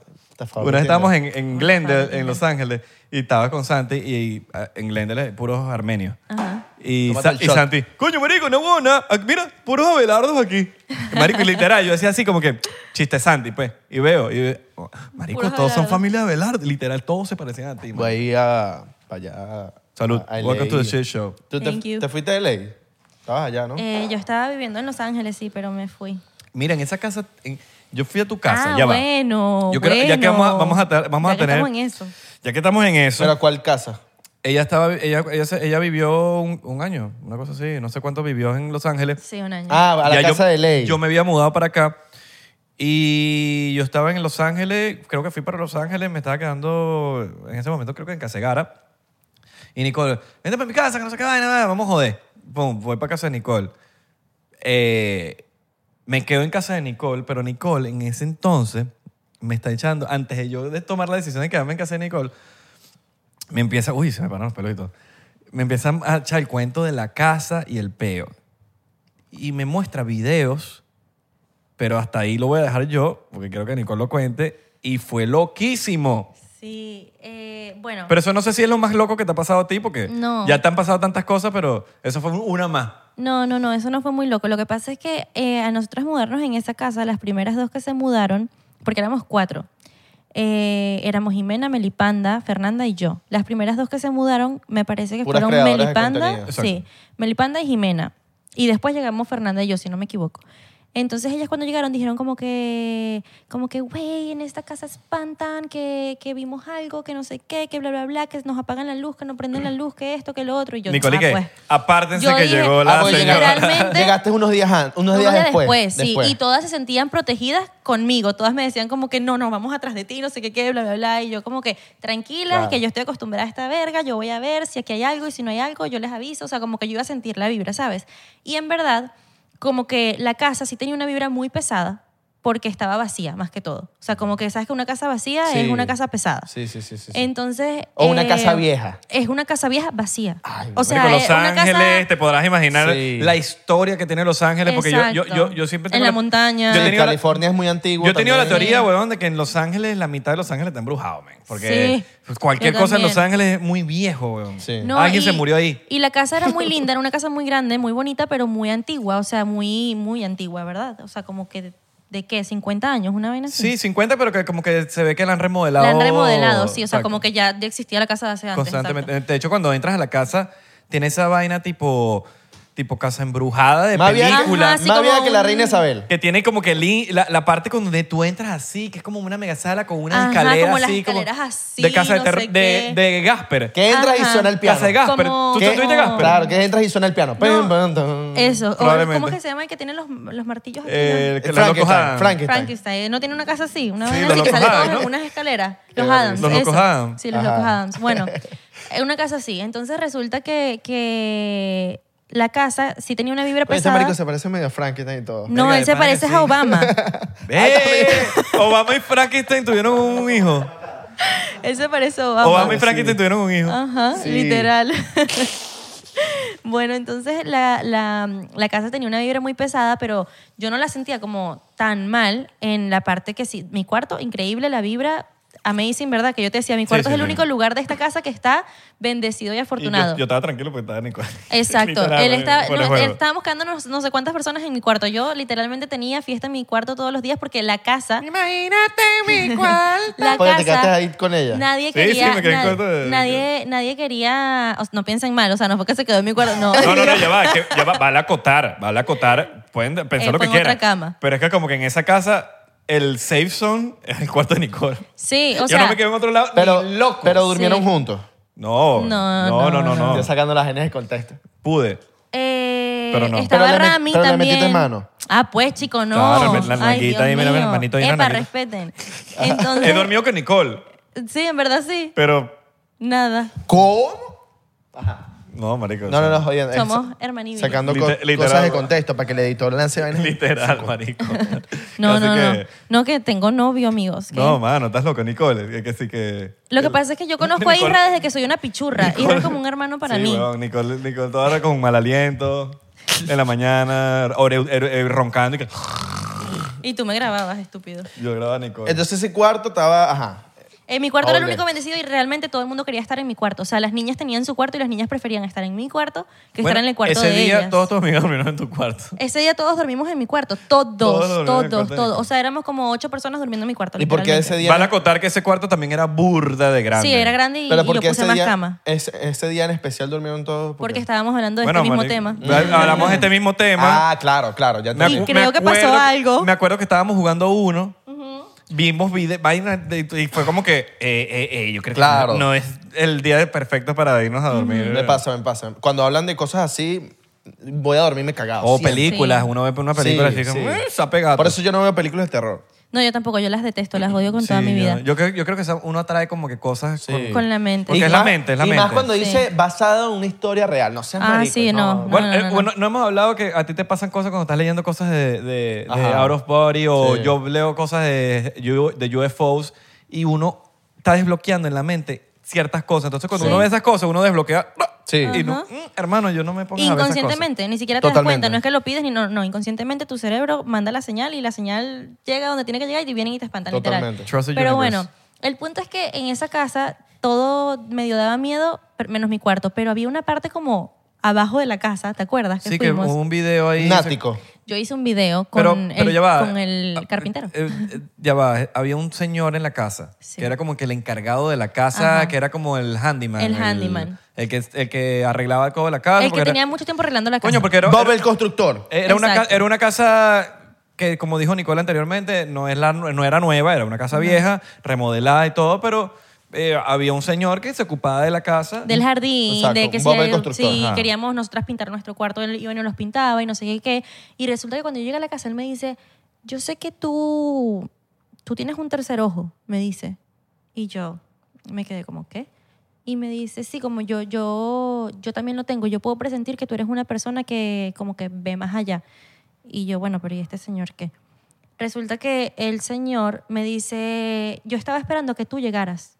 Una vez estábamos en, en Glendale,
padre.
en Los Ángeles, y estaba con Santi, y ah, en Glendale hay puros armenios.
Ajá.
Y,
Tómate
Sa-
el
y
shot.
Santi, coño, marico, no hubo nada. Ah, Mira, puros abelardos aquí. Marico, y literal, yo decía así como que, chiste Santi, pues. Y veo, y veo, oh, marico,
Puros
todos son
abelardos.
familia de abelardos. Literal, todos se parecían a ti. man.
Voy a ir a- para allá.
Salud.
a LA.
Welcome to the shit show.
¿Tú te,
Thank you.
te fuiste de ley? Estabas allá, ¿no?
Eh, yo estaba viviendo en Los Ángeles, sí, pero me fui.
Mira, en esa casa, en- yo fui a tu casa,
ah,
ya
bueno.
va. Yo creo- ya que
bueno.
vamos a, vamos a, ta- vamos
Ya
a
que
tener.
Estamos en eso.
Ya que estamos en eso.
¿Pero a cuál casa?
Ella estaba, ella, ella, se- ella vivió un, un año, una cosa así, no sé cuánto vivió en Los Ángeles.
Sí, un año.
Ah, a la
Ya
casa
yo,
de ley.
Yo me había mudado para acá y yo estaba en Los Ángeles, creo que fui para Los Ángeles, me estaba quedando en ese momento creo que en Casegara. Y Nicole, vente para mi casa, que no se qué vaina, vaina, vamos a joder. Pum, voy para casa de Nicole. Eh, me quedo en casa de Nicole, pero Nicole en ese entonces me está echando, antes de yo de tomar la decisión de quedarme en casa de Nicole, me empieza, uy, se me pararon los pelos y todo. Me empieza a echar el cuento de la casa y el peo. Y me muestra videos, pero hasta ahí lo voy a dejar yo, porque quiero que Nicole lo cuente. Y fue loquísimo.
Sí, eh, bueno.
Pero eso no sé si es lo más loco que te ha pasado a ti, porque
No.
ya te han pasado tantas cosas, pero eso fue una más.
No, no, no, eso no fue muy loco. Lo que pasa es que eh, a nosotros mudarnos en esa casa, las primeras dos que se mudaron, porque éramos cuatro, eh, éramos Jimena, Melipanda, Fernanda y yo. Las primeras dos que se mudaron, me parece que
Puras
fueron
creadoras de
Melipanda,
contenido.
sí, Melipanda y Jimena. Y después llegamos Fernanda y yo, si no me equivoco. Entonces ellas cuando llegaron dijeron como que, como que, güey, en esta casa espantan, que, que vimos algo, que no sé qué, que bla, bla, bla, que nos apagan la luz, que no prenden la luz, que esto, que lo otro. Y yo, "Ah,
Nicole, ¿y qué?
pues".
Apártense
Yo
que
dije,
llegó
ah,
la
pues,
señora.
literal. literalmente-
Llegaste unos días, an- unos días después.
sí. Y todas se sentían protegidas conmigo. Todas me decían como que no, no, vamos atrás de ti, no sé qué, qué, bla, bla, bla. Y yo como que tranquila,
Claro.
que yo estoy acostumbrada a esta verga, yo voy a ver si aquí hay algo y si no hay algo, yo les aviso. O sea, como que yo iba a sentir la vibra, ¿sabes? Y en verdad, como que la casa sí tenía una vibra muy pesada porque estaba vacía, más que todo. O sea, como que sabes que una casa vacía
Sí.
es una casa pesada.
Sí, sí, sí. sí, sí.
Entonces... eh,
O una casa vieja.
Es una casa vieja vacía.
Ay,
o sea,
Marico,
es
Los
una casa-
Ángeles, te podrás imaginar
Sí.
la historia que tiene Los Ángeles, porque yo, yo, yo,
Exacto.
yo siempre
En
tengo
la montaña.
Yo
Sí,
he tenido la-
California es muy antigua.
yo he tenido la
también.
teoría, weón, de que en Los Ángeles, la mitad de Los Ángeles está embrujado, man. Porque
Sí,
pues, cualquier
yo
cosa en Los
también.
Ángeles es muy viejo, weón.
Sí.
No,
Alguien
y-
se murió ahí.
Y la casa era muy linda, era una casa muy grande, muy bonita, pero muy antigua, o sea, muy, muy antigua, ¿verdad? O sea, como que, ¿de, de qué? ¿50 años? ¿Una vaina así?
Sí, 50, pero que como que se ve que la han remodelado.
La han remodelado, sí, o sea, como que
Exacto.
ya existía la casa de hace antes.
Constantemente.
exacto.
De hecho, cuando entras a la casa, tiene esa vaina tipo, tipo casa embrujada de Eh, película.
Ajá,
más
así
vieja
como
que la
un-
reina Isabel.
Que tiene como que li- la, la parte con donde tú entras así, que es como una mega sala con una
Ajá,
escalera
como las
así.
escaleras así,
De casa de
no
terror-
sé
de,
qué.
de Gasper.
Que entras y
Ajá.
suena el piano.
Casa de Gasper.
Como-
¿Tú
Que-
te tuviste Gasper?
Claro, que entras y suena el piano. Pim, pam,
No,
tam.
eso, o-
Probablemente.
¿cómo es que se llama el que tiene los, los martillos aquí?
Eh,
Eh,
que los locos
Frankenstein,
Adams.
Frankenstein.
Frankenstein, ¿no tiene una casa así? Una
Sí,
vaina
los
así que
locos
sale todos
Adams,
en
¿no?
unas escaleras.
Qué
Los
maravilla.
Adams.
Los locos
eso.
Adams.
Sí, los
Ajá.
locos Adams. Bueno, eh, una casa así. Entonces resulta que, que la casa sí tenía una vibra
Oye, ese
este
pesada.
marico se parece medio a Frankenstein y todo.
No,
Verga, de
él se
pana que
parece
sí.
a Obama.
¡Eh! Obama y Frankenstein tuvieron un hijo.
él se parece a Obama.
Obama y Frankenstein tuvieron un hijo.
Ajá,
Sí.
literal. Bueno, entonces la, la- la casa tenía una vibra muy pesada, pero yo no la sentía como tan mal en la parte que sí. Mi cuarto, increíble, la vibra amazing, ¿verdad? Que yo te decía, mi cuarto
sí,
es el
sí.
único lugar de esta casa que está bendecido y
Y yo,
afortunado.
yo estaba tranquilo porque estaba en el cuarto.
Exacto.
Literal, eh,
él, estaba,
fuera
no,
de juego.
él estaba buscando no, no sé cuántas personas en mi cuarto. Yo literalmente tenía fiesta en mi cuarto todos los días porque la casa...
Imagínate mi cuarto.
La
Porque
casa,
te quedaste ahí con ella.
Nadie
Sí,
quería...
sí, me quedé en
na-
cuarto de-
nadie, nadie quería... o sea, no piensen mal, o sea, no fue que se quedó en mi cuarto, no.
No, no, no, ya va, que, ya va, vale acotar, vale acotar, pueden pensar
Eh, fue
lo que
en
quieran.
otra cama.
Pero es que como que en esa casa el safe zone es el cuarto de Nicole.
Sí, o
Yo
sea...
no me quedé en otro lado.
Pero,
ni loco.
pero durmieron
Sí.
juntos.
no,
No,
no, no,
no,
no, no,
Yo sacando las genes de contexto.
Pude.
Eh,
Pero no.
Estaba
Pero le met-
Rami
pero le
también.
metiste mano.
Ah, pues, chico, no.
Claro, la
Ay, Dios
nalguita ahí, mira, mira,
mío.
manito ahí, una
Epa,
nalguita.
respeten.
He
Entonces,
dormido con Nicole,
sí, en verdad sí.
pero
Nada.
¿Cómo?
no, marico.
No, no, no, jodiendo. Es-
Somos hermaníbimos.
Sacando co-
Liter- literal.
cosas de contexto para que el editor lance vainas.
Literal, marico.
No,
Así
no, no.
que-
No, que tengo novio, amigos. que-
No, mano, estás loco, Nicole. Es que sí que...
Lo que pasa es que yo conozco a
Nicole-
Isra desde que soy una pichurra. Isra es como un hermano para
Sí,
mí.
huevón, Nicole, Nicole toda hora con mal aliento, en la mañana, ore- ere- eh, roncando y que...
Y tú me grababas, estúpido.
Yo grababa a Nicole.
Entonces ese cuarto estaba, ajá.
En mi
Ah,
cuarto era el
Ole.
único bendecido y realmente todo el mundo quería estar en mi cuarto. O sea, las niñas tenían su cuarto y las niñas preferían estar en mi cuarto que
Bueno,
estar en el cuarto
ese
de
día
ellas.
todos tus amigos durmieron en tu cuarto.
Ese día todos dormimos en mi cuarto. Todos,
Todos
todos,
dormimos en el cuarto
todos.
de
O
Nicole.
sea, éramos como ocho personas durmiendo en mi cuarto.
¿Y por qué ese
literalmente.
día?
Van a contar que ese cuarto también era burda de grande.
Sí, era grande y,
pero
y
¿por
yo
qué
puse
ese
más
día,
cama.
Ese, ese día en especial durmieron todos. ¿por
Porque
qué?
estabas hablando de este mismo
marico,
tema.
ya Hablamos de este mismo tema.
Ah, claro, claro. Ya
Me
entendí.
acu-
Y creo
me
que pasó
acuerdo
algo.
Me acuerdo que estábamos jugando uno. Vimos vide- vainas de- y fue como que, eh, eh, eh, yo creo
Claro.
que no es el día perfecto para irnos a dormir.
Me pasa, me pasa. Cuando hablan de cosas así, voy a dormirme cagado.
O
siempre.
películas,
Sí.
uno ve una película
Sí,
y así como,
sí.
"Eh, se ha pegado.
Por eso yo no veo películas de terror.
No, yo tampoco, yo las detesto, las odio con
Sí,
toda mi
yo-
vida.
Yo, creo, yo creo que esa- uno atrae como que cosas. con-
Con la mente.
Porque
Y
es la
más-
mente, es la
y
mente.
más cuando dice basada en una historia real. No seas
Ah,
marico,
sí, no.
no.
Bueno,
no,
eh,
no, no.
bueno, no hemos hablado que a ti te pasan cosas cuando estás leyendo cosas de, de- de
Ajá.
Out of Body o
Sí.
yo leo cosas de, U- de UFOs y uno está desbloqueando en la mente ciertas cosas. Entonces, cuando
Sí.
uno ve esas cosas, uno desbloquea.
Sí.
Y no, "Mm, hermano, yo no me pongo a ver esas cosas".
Inconscientemente, ni siquiera te das
Totalmente.
cuenta, no es que lo pides ni no, no, inconscientemente tu cerebro manda la señal y la señal llega donde tiene que llegar y vienen y te espantan
Totalmente.
Trust the
literal. Pero
universe.
bueno, el punto es que en esa casa todo medio daba miedo, per- menos mi cuarto, pero había una parte como abajo de la casa, ¿te acuerdas? Que
Sí, que
pues, fuimos.
hubo un video ahí.
Un ático.
Yo hice un video con,
Pero,
el,
pero ya va.
con el
Ah,
carpintero.
eh, eh, ya va. eh, Había un señor en la casa
Sí.
que era como que el encargado de la casa,
Ajá.
que era como el handyman.
El handyman.
El, que, el que arreglaba todo de la casa.
el que
porque
tenía
era,
mucho tiempo arreglando la casa.
Coño, porque era,
Bob
era,
el constructor.
era una, ca-
Exacto.
era una casa que, como dijo Nicole anteriormente, no, es la, nu- no era nueva, era una casa vieja, remodelada y todo, pero eh, había un señor que se ocupaba de la casa.
del jardín,
Exacto,
de que
un
si,
Bob el
hay-
constructor,
si
ajá.
queríamos nosotras pintar nuestro cuarto, él iba y nos los pintaba y no sé qué, qué. Y resulta que cuando yo llegué a la casa, él me dice, yo sé que tú, tú tienes un tercer ojo, me dice. Y yo me quedé como, ¿qué? Y me dice, sí, como yo, yo, yo también lo tengo, yo puedo presentir que tú eres una persona que como que ve más allá. Y yo, bueno, pero ¿y este señor qué? Resulta que el señor me dice, yo estaba esperando que tú llegaras.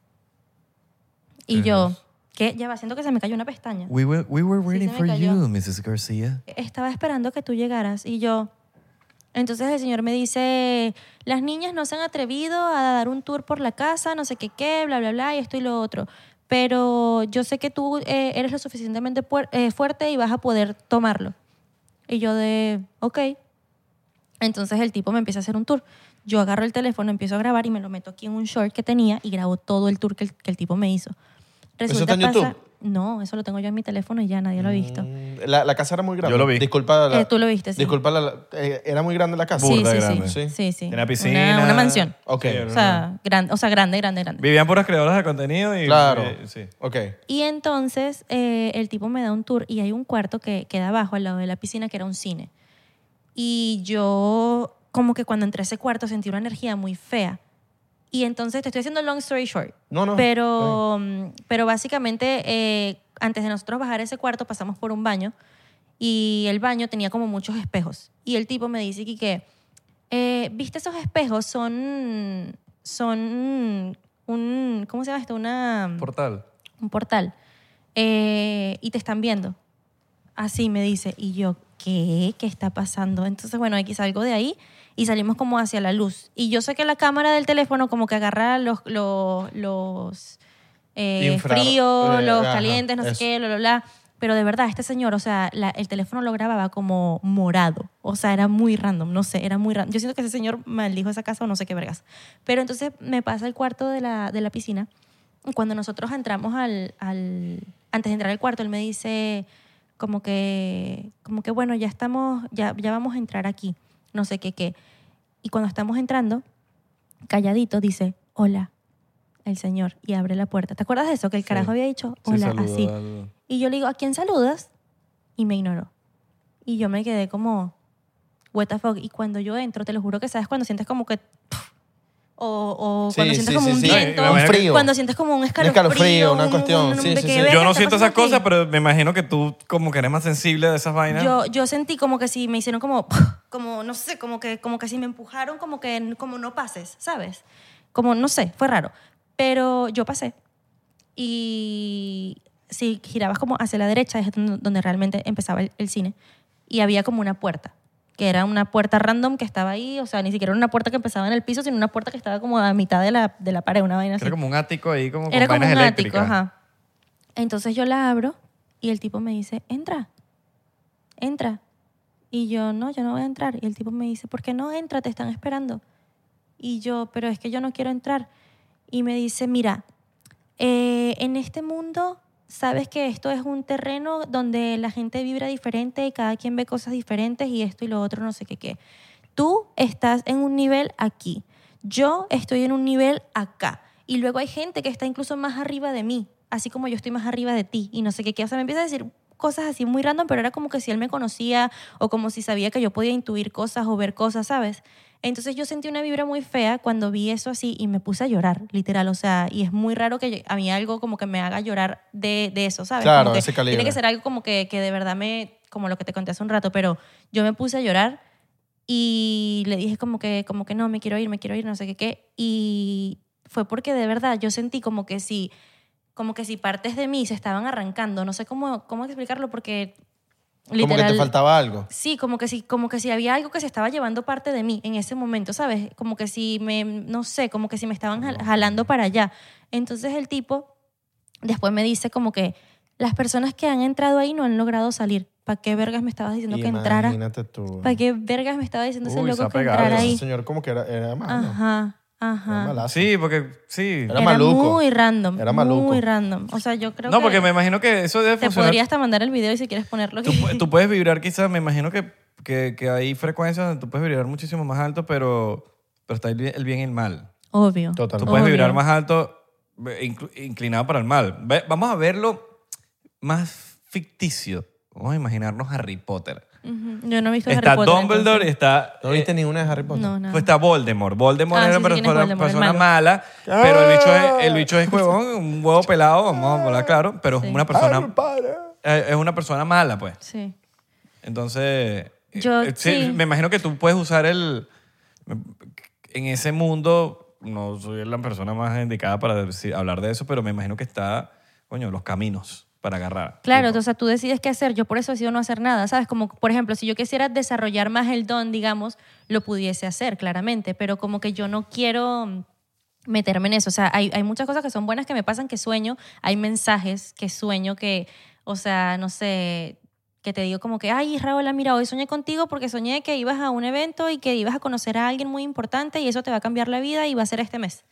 Y yo, ¿qué? Ya va, siento que se me cayó una pestaña.
We were, we were
Sí,
waiting
se me
for
cayó.
you, Mrs. Garcia.
Estaba esperando que tú llegaras y yo... Entonces el señor me dice, las niñas no se han atrevido a dar un tour por la casa, no sé qué, qué, bla, bla, bla, y esto y lo otro. Pero yo sé que tú eh, eres lo suficientemente puer- eh, fuerte y vas a poder tomarlo. Y yo de, ok. Entonces el tipo me empieza a hacer un tour. Yo agarro el teléfono, empiezo a grabar y me lo meto aquí en un short que tenía y grabo todo el tour que el, que el tipo me hizo.
¿Eso está en YouTube?
No, eso lo tengo yo en mi teléfono y ya nadie lo ha visto.
Mm, La, la casa era muy grande.
Yo lo vi.
Disculpa. La,
Eh, tú lo viste, sí.
Disculpa, la- eh, era muy grande la casa.
Sí,
Burda
sí,
grande.
Sí.
sí, sí, sí.
Tenía piscina.
Una, una mansión.
Ok.
Sí,
O sea, grande, o sea, grande, grande, grande.
Vivían puras creadoras de contenido y.
Claro.
eh, sí.
Ok.
Y entonces eh, el tipo me da un tour y hay un cuarto que queda abajo, al lado de la piscina, que era un cine. Y yo, como que cuando entré a ese cuarto, sentí una energía muy fea. Y entonces te estoy haciendo long story short.
No, no.
Pero, mm, pero básicamente, eh, antes de nosotros bajar ese cuarto, pasamos por un baño y el baño tenía como muchos espejos. Y el tipo me dice que, que, eh, ¿viste esos espejos? Son, son un, ¿cómo se llama esto? Una
Portal.
un portal eh, y te están viendo. Así me dice. Y yo, ¿qué? ¿Qué está pasando? Entonces, bueno, aquí salgo de ahí y salimos como hacia la luz. Y yo sé que la cámara del teléfono como que agarra los, los, los eh,
Infra-
fríos,
eh,
los
ajá,
calientes, no
eso.
sé qué, bla, bla, bla. Pero de verdad, este señor, o sea, la- el teléfono lo grababa como morado. O sea, era muy random, no sé, era muy random. Yo siento que ese señor maldijo esa casa o no sé qué vergas. Pero entonces me pasa al cuarto de la, de la piscina. Cuando nosotros entramos al, al- Antes de entrar al cuarto, él me dice como que, como que bueno, ya estamos, ya, ya vamos a entrar aquí, no sé qué, qué. Y cuando estamos entrando, calladito dice, hola, el señor, y abre la puerta. ¿Te acuerdas de eso? Que el
Sí.
carajo había dicho,
Sí,
hola,
saludo
así.
al-
Y yo le digo, ¿a quién saludas? Y me ignoró. Y yo me quedé como, what the fuck. Y cuando yo entro, te lo juro que sabes cuando sientes como que... pff, o, o
Sí,
cuando
sí,
sientes como
sí,
un
sí.
viento.
Un frío.
Cuando sientes como un escalofrío.
escalofrío, una
un-
cuestión.
un-
Sí,
de
sí,
que,
sí.
verga,
Yo no
está
siento
pasando
esas cosas,
aquí.
pero me imagino que tú como que eres más sensible de esas vainas.
Yo, yo sentí como que si me hicieron como, como no sé, como que, como que si me empujaron, como que como no pases, ¿sabes? Como, no sé, fue raro. Pero yo pasé. Y si girabas como hacia la derecha, es donde donde realmente empezaba el, el cine. Y había como una puerta, que era una puerta random que estaba ahí. O sea, ni siquiera era una puerta que empezaba en el piso, sino una puerta que estaba como a mitad de la, de la pared, una vaina así.
Era como un ático ahí, como con
Era como un
vainas
ático,
eléctricas.
ajá. Entonces yo la abro y el tipo me dice, entra, entra. Y yo, no, yo no voy a entrar. Y el tipo me dice, ¿por qué no entra? Te están esperando. Y yo, pero es que yo no quiero entrar. Y me dice, mira, eh, en este mundo sabes que esto es un terreno donde la gente vibra diferente y cada quien ve cosas diferentes y esto y lo otro, no sé qué qué. Tú estás en un nivel aquí, yo estoy en un nivel acá y luego hay gente que está incluso más arriba de mí, así como yo estoy más arriba de ti y no sé qué qué. O sea, me empieza a decir cosas así muy random, pero era como que si él me conocía o como si sabía que yo podía intuir cosas o ver cosas, ¿sabes? Entonces yo sentí una vibra muy fea cuando vi eso así y me puse a llorar, literal. O sea, y es muy raro que yo- a mí algo como que me haga llorar de, de eso, ¿sabes?
Claro,
Como que
ese calibre.
Tiene que ser algo como que, que de verdad me, como lo que te conté hace un rato, pero yo me puse a llorar y le dije como que, como que no, me quiero ir, me quiero ir, no sé qué, qué. Y fue porque de verdad yo sentí como que si, como que si partes de mí se estaban arrancando. No sé cómo, cómo explicarlo porque...
Eh, Como que te faltaba algo.
Sí, como que si, como que si había algo que se estaba llevando parte de mí en ese momento, ¿sabes? Como que si me, no sé, como que si me estaban jal- jalando para allá. Entonces el tipo después me dice como que las personas que han entrado ahí no han logrado salir. ¿Para qué vergas me estabas diciendo que entrara?
Imagínate tú.
¿Para qué vergas me estaba diciendo ese
Uy, se
loco
ha
que
pegado
entrara
Ese
ahí?
señor como que era, era malo.
Ajá,
Era
ajá.
malazo.
Sí, porque sí.
Ah, Era maluco.
muy random.
Era maluco.
Muy random. O sea, yo creo
no,
que
porque me imagino que eso debe
te
funcionar.
podría hasta mandar el video y si quieres ponerlo.
Tú, pu- tú puedes vibrar quizás, me imagino que, que, que hay frecuencias donde tú puedes vibrar muchísimo más alto, pero, pero está el bien el bien y el mal.
Obvio.
Total.
Tú puedes
Obvio.
vibrar más alto, eh, inclu- inclinado para el mal. Ve- Vamos a verlo más ficticio. Vamos a imaginarnos Harry Potter.
Ujú. Yo no he visto Harry
Está
Potter, entonces.
Dumbledore y está... eh,
¿No viste ni una de Harry Potter?
No, nada.
Pues está Voldemort. Voldemort
Ah,
era
sí, sí,
una
¿quién es
persona,
Voldemort? El
persona
malo.
mala, pero el bicho es, el bicho es huevón, un huevo pelado, vamos a hablar claro, pero es una
Harry
persona,
Potter.
eh, es una persona mala, pues.
Sí.
Entonces,
Yo-
eh, sí,
sí.
me imagino que tú puedes usar el... En ese mundo, no soy la persona más indicada para decir- hablar de eso, pero me imagino que está, coño, los caminos para agarrar.
Claro,
Tipo,
o sea, tú decides qué hacer. Yo por eso decido no hacer nada, ¿sabes? Como, por ejemplo, si yo quisiera desarrollar más el don, digamos, lo pudiese hacer, claramente, pero como que yo no quiero mm, meterme en eso. O sea, hay, hay muchas cosas que son buenas que me pasan que sueño, hay mensajes que sueño que, o sea, no sé, que te digo como que, ay, Raúl, mira, hoy soñé contigo porque soñé que ibas a un evento y que ibas a conocer a alguien muy importante y eso te va a cambiar la vida y va a ser este mes.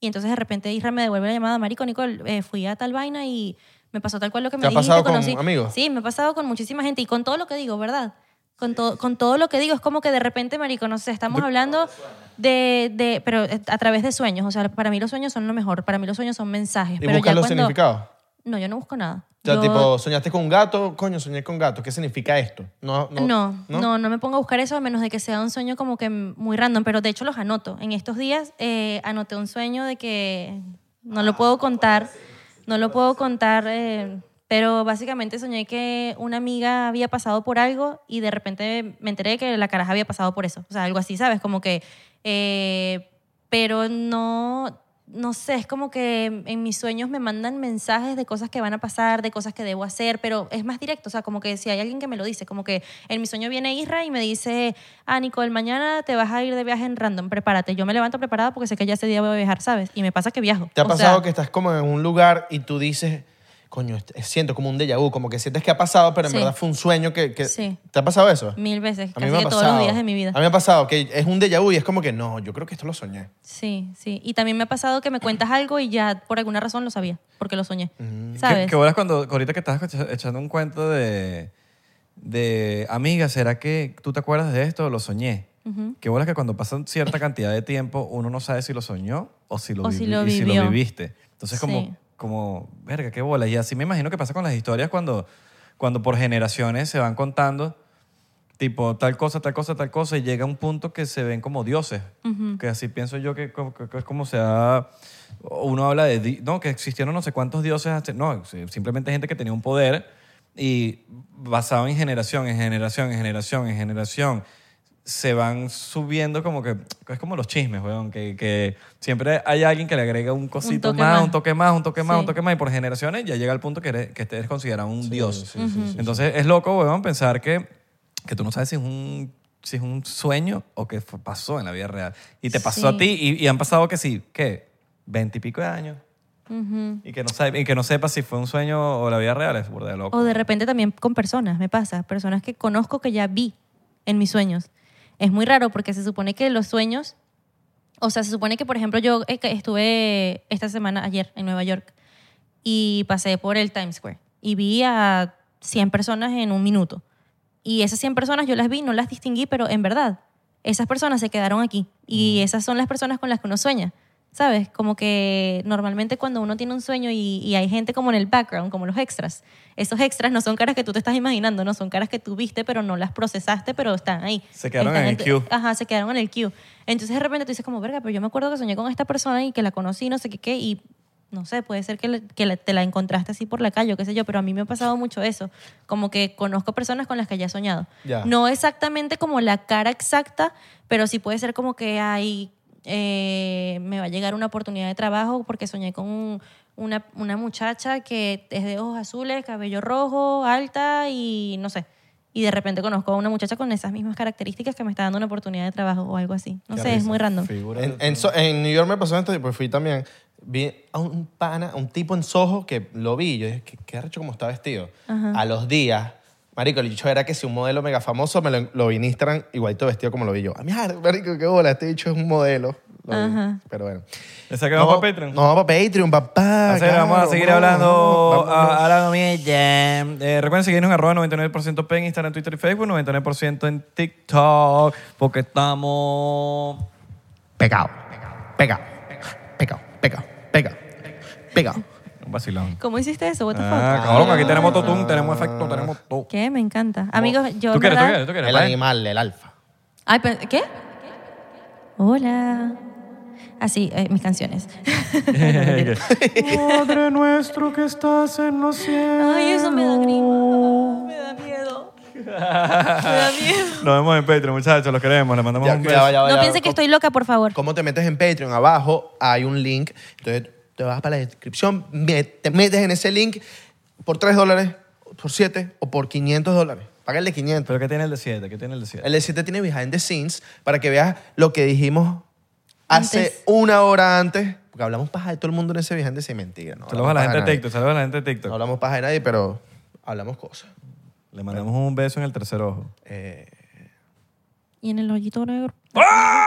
Y entonces de repente Isra me devuelve la llamada, marico, Nicole, eh, fui a tal vaina y me pasó tal cual lo que me
ha
dijiste.
pasado con
conocí-
amigos?
Sí, me ha pasado con muchísima gente y con todo lo que digo, ¿verdad? Con, todo con todo lo que digo, es como que de repente, marico, no sé, estamos hablando de, de- pero eh, a través de sueños, o sea, para mí los sueños son lo mejor, para mí los sueños son mensajes.
¿Y
pero
buscas
ya
los
cuando-
significados?
No, yo no busco nada.
O sea,
Yo-
tipo, soñaste con un gato, coño, soñé con gato. ¿Qué significa esto? No, no,
No no, no, me pongo a buscar eso a menos de que sea un sueño como que muy random, pero de hecho los anoto. En estos días eh, anoté un sueño de que no lo puedo contar, no lo puedo contar, eh, pero básicamente soñé que una amiga había pasado por algo y de repente me enteré que la caraja había pasado por eso. O sea, algo así, ¿sabes? Como que... eh, pero no... no sé, es como que en mis sueños me mandan mensajes de cosas que van a pasar, de cosas que debo hacer, pero es más directo, o sea, como que si hay alguien que me lo dice, como que en mi sueño viene Isra y me dice, ah, Nicole, mañana te vas a ir de viaje en random, prepárate. Yo me levanto preparada porque sé que ya ese día voy a viajar, ¿sabes? Y me pasa que viajo.
¿Te ha
O
pasado
sea,
que estás como en un lugar y tú dices, coño, este- siento como un déjà vu, como que sientes que ha pasado, pero en
Sí.
verdad fue un sueño que... que-
Sí.
¿Te ha pasado eso?
Mil veces,
A mí
casi
me ha
que todos
pasado.
los días de mi vida.
A mí me ha pasado que es un déjà vu y es como que, no, yo creo que esto lo soñé.
Sí, sí. Y también me ha pasado que me cuentas algo y ya por alguna razón lo sabía, porque lo soñé.
¿Qué,
Mm.
¿Sabes?
qué bolas cuando ahorita que estás echa- echando un cuento de, de amiga, ¿será que tú te acuerdas de esto o lo soñé? Qué bolas que cuando pasan cierta cantidad de tiempo uno no sabe si lo soñó o si lo,
O si
vivi-
lo
y si lo
vivió.
viviste.
Sí.
Entonces como, como, verga, qué bolas. Y así me imagino que pasa con las historias cuando, cuando por generaciones se van contando tipo tal cosa, tal cosa, tal cosa, y llega un punto que se ven como dioses. Que así pienso yo que, co- que- que es como se ha... Uno habla de, di- no, que existieron no sé cuántos dioses, antes. no, si- simplemente gente que tenía un poder y basado en generación, en generación, en generación, en generación, se van subiendo como que, es como los chismes, weón, que, que siempre hay alguien que le agrega un cosito
toque
más,
más.
un toque más, un toque más, un
Sí.
toque más, y por generaciones ya llega el punto que eres, que eres considerado un dios. Entonces es loco, weón, pensar que, que tú no sabes si es un, si es un sueño o que fue- pasó en la vida real. Y te pasó
Sí.
a ti y, y han pasado que sí, ¿qué? Veintipico de años. Y que, no sabe, y que no sepas si fue un sueño o la vida real es burda de loco.
O de repente también con personas, me pasa, personas que conozco que ya vi en mis sueños. Es muy raro porque se supone que los sueños, o sea, se supone que, por ejemplo, yo eh, que estuve esta semana, ayer, en Nueva York, y pasé por el Times Square y vi a 100 personas en un minuto. Y esas 100 personas yo las vi, no las distinguí, pero en verdad, esas personas se quedaron aquí. Y esas son las personas con las que uno sueña. ¿Sabes? Como que normalmente cuando uno tiene un sueño y, y hay gente como en el background, como los extras, esos extras no son caras que tú te estás imaginando, no son caras que tú viste, pero no las procesaste, pero están ahí.
Se quedaron
Están
en el
tu-
queue.
Ajá, se quedaron en el queue. Entonces de repente tú dices como, verga, pero yo me acuerdo que soñé con esta persona y que la conocí, no sé qué, qué, y no sé, puede ser que, le- que la- te la encontraste así por la calle o qué sé yo, pero a mí me ha pasado mucho eso, como que conozco personas con las que ya he soñado.
Ya.
No exactamente como la cara exacta, pero sí puede ser como que hay, eh, me va a llegar una oportunidad de trabajo porque soñé con un- una, una muchacha que es de ojos azules, cabello rojo, alta y no sé. Y de repente conozco a una muchacha con esas mismas características que me está dando una oportunidad de trabajo o algo así. No
Qué
sé, es
risa.
muy random.
Figura
En,
de-
en So- en New York me pasó esto y pues fui también. Vi a un pana, a un tipo en Soho que lo vi. Yo dije, qué, qué arrecho cómo está vestido. A los días, marico, el dicho era que si un modelo mega famoso me lo, lo vi en Instagram igualito vestido como lo vi yo. Ah, mira, marico, qué bola, este dicho es un modelo. Lo vi.
Ajá.
Pero bueno.
¿Le sacamos para Patreon?
No, para Patreon, papá.
Así que
claro,
vamos a seguir
vámonos,
hablando,
vámonos.
a- hablando mierda. Eh, recuerden seguirnos en arroba 99% P en Instagram, Twitter y Facebook, 99% en TikTok, porque estamos...
Pecado, pecado, pecado, pecado, pecado, pecado.
Un vacilón.
¿Cómo hiciste eso? What the fuck?
Ah, cabrón, aquí tenemos totum, tenemos efecto, tenemos todo.
¿Qué? Me encanta. Amigos, yo.
¿Tú
en
quieres, tú
verdad-
quieres, tú quieres?
El
pa?
animal, el alfa.
Ay, pero- ¿qué? Hola. Así, eh, mis canciones.
Padre nuestro que estás en los cielos.
Ay, eso me da grima. Me da miedo. Me da miedo.
Nos vemos en Patreon, muchachos, los queremos, les mandamos
Ya,
un
ya
beso.
va, ya va,
No
ya va.
piense que estoy loca, por favor.
cómo te metes en Patreon. Abajo hay un link. Entonces te vas para la descripción, me- te metes en ese link por 3 dólares, por 7 o por 500 dólares. Págale 500.
Pero ¿qué tiene el de 7? ¿Qué tiene el de 7?
El de 7 tiene behind the scenes para que veas lo que dijimos hace
Antes.
una hora antes. Porque hablamos paja de todo el mundo en ese behind the scenes. Mentira. No
Saludos a la
hablamos paja
gente de
nadie.
TikTok, saludos a la gente de TikTok.
No hablamos paja de nadie, pero hablamos cosas.
Le mandamos un beso en el tercer ojo.
Eh,
Y en el hoyito negro.
¡Ah!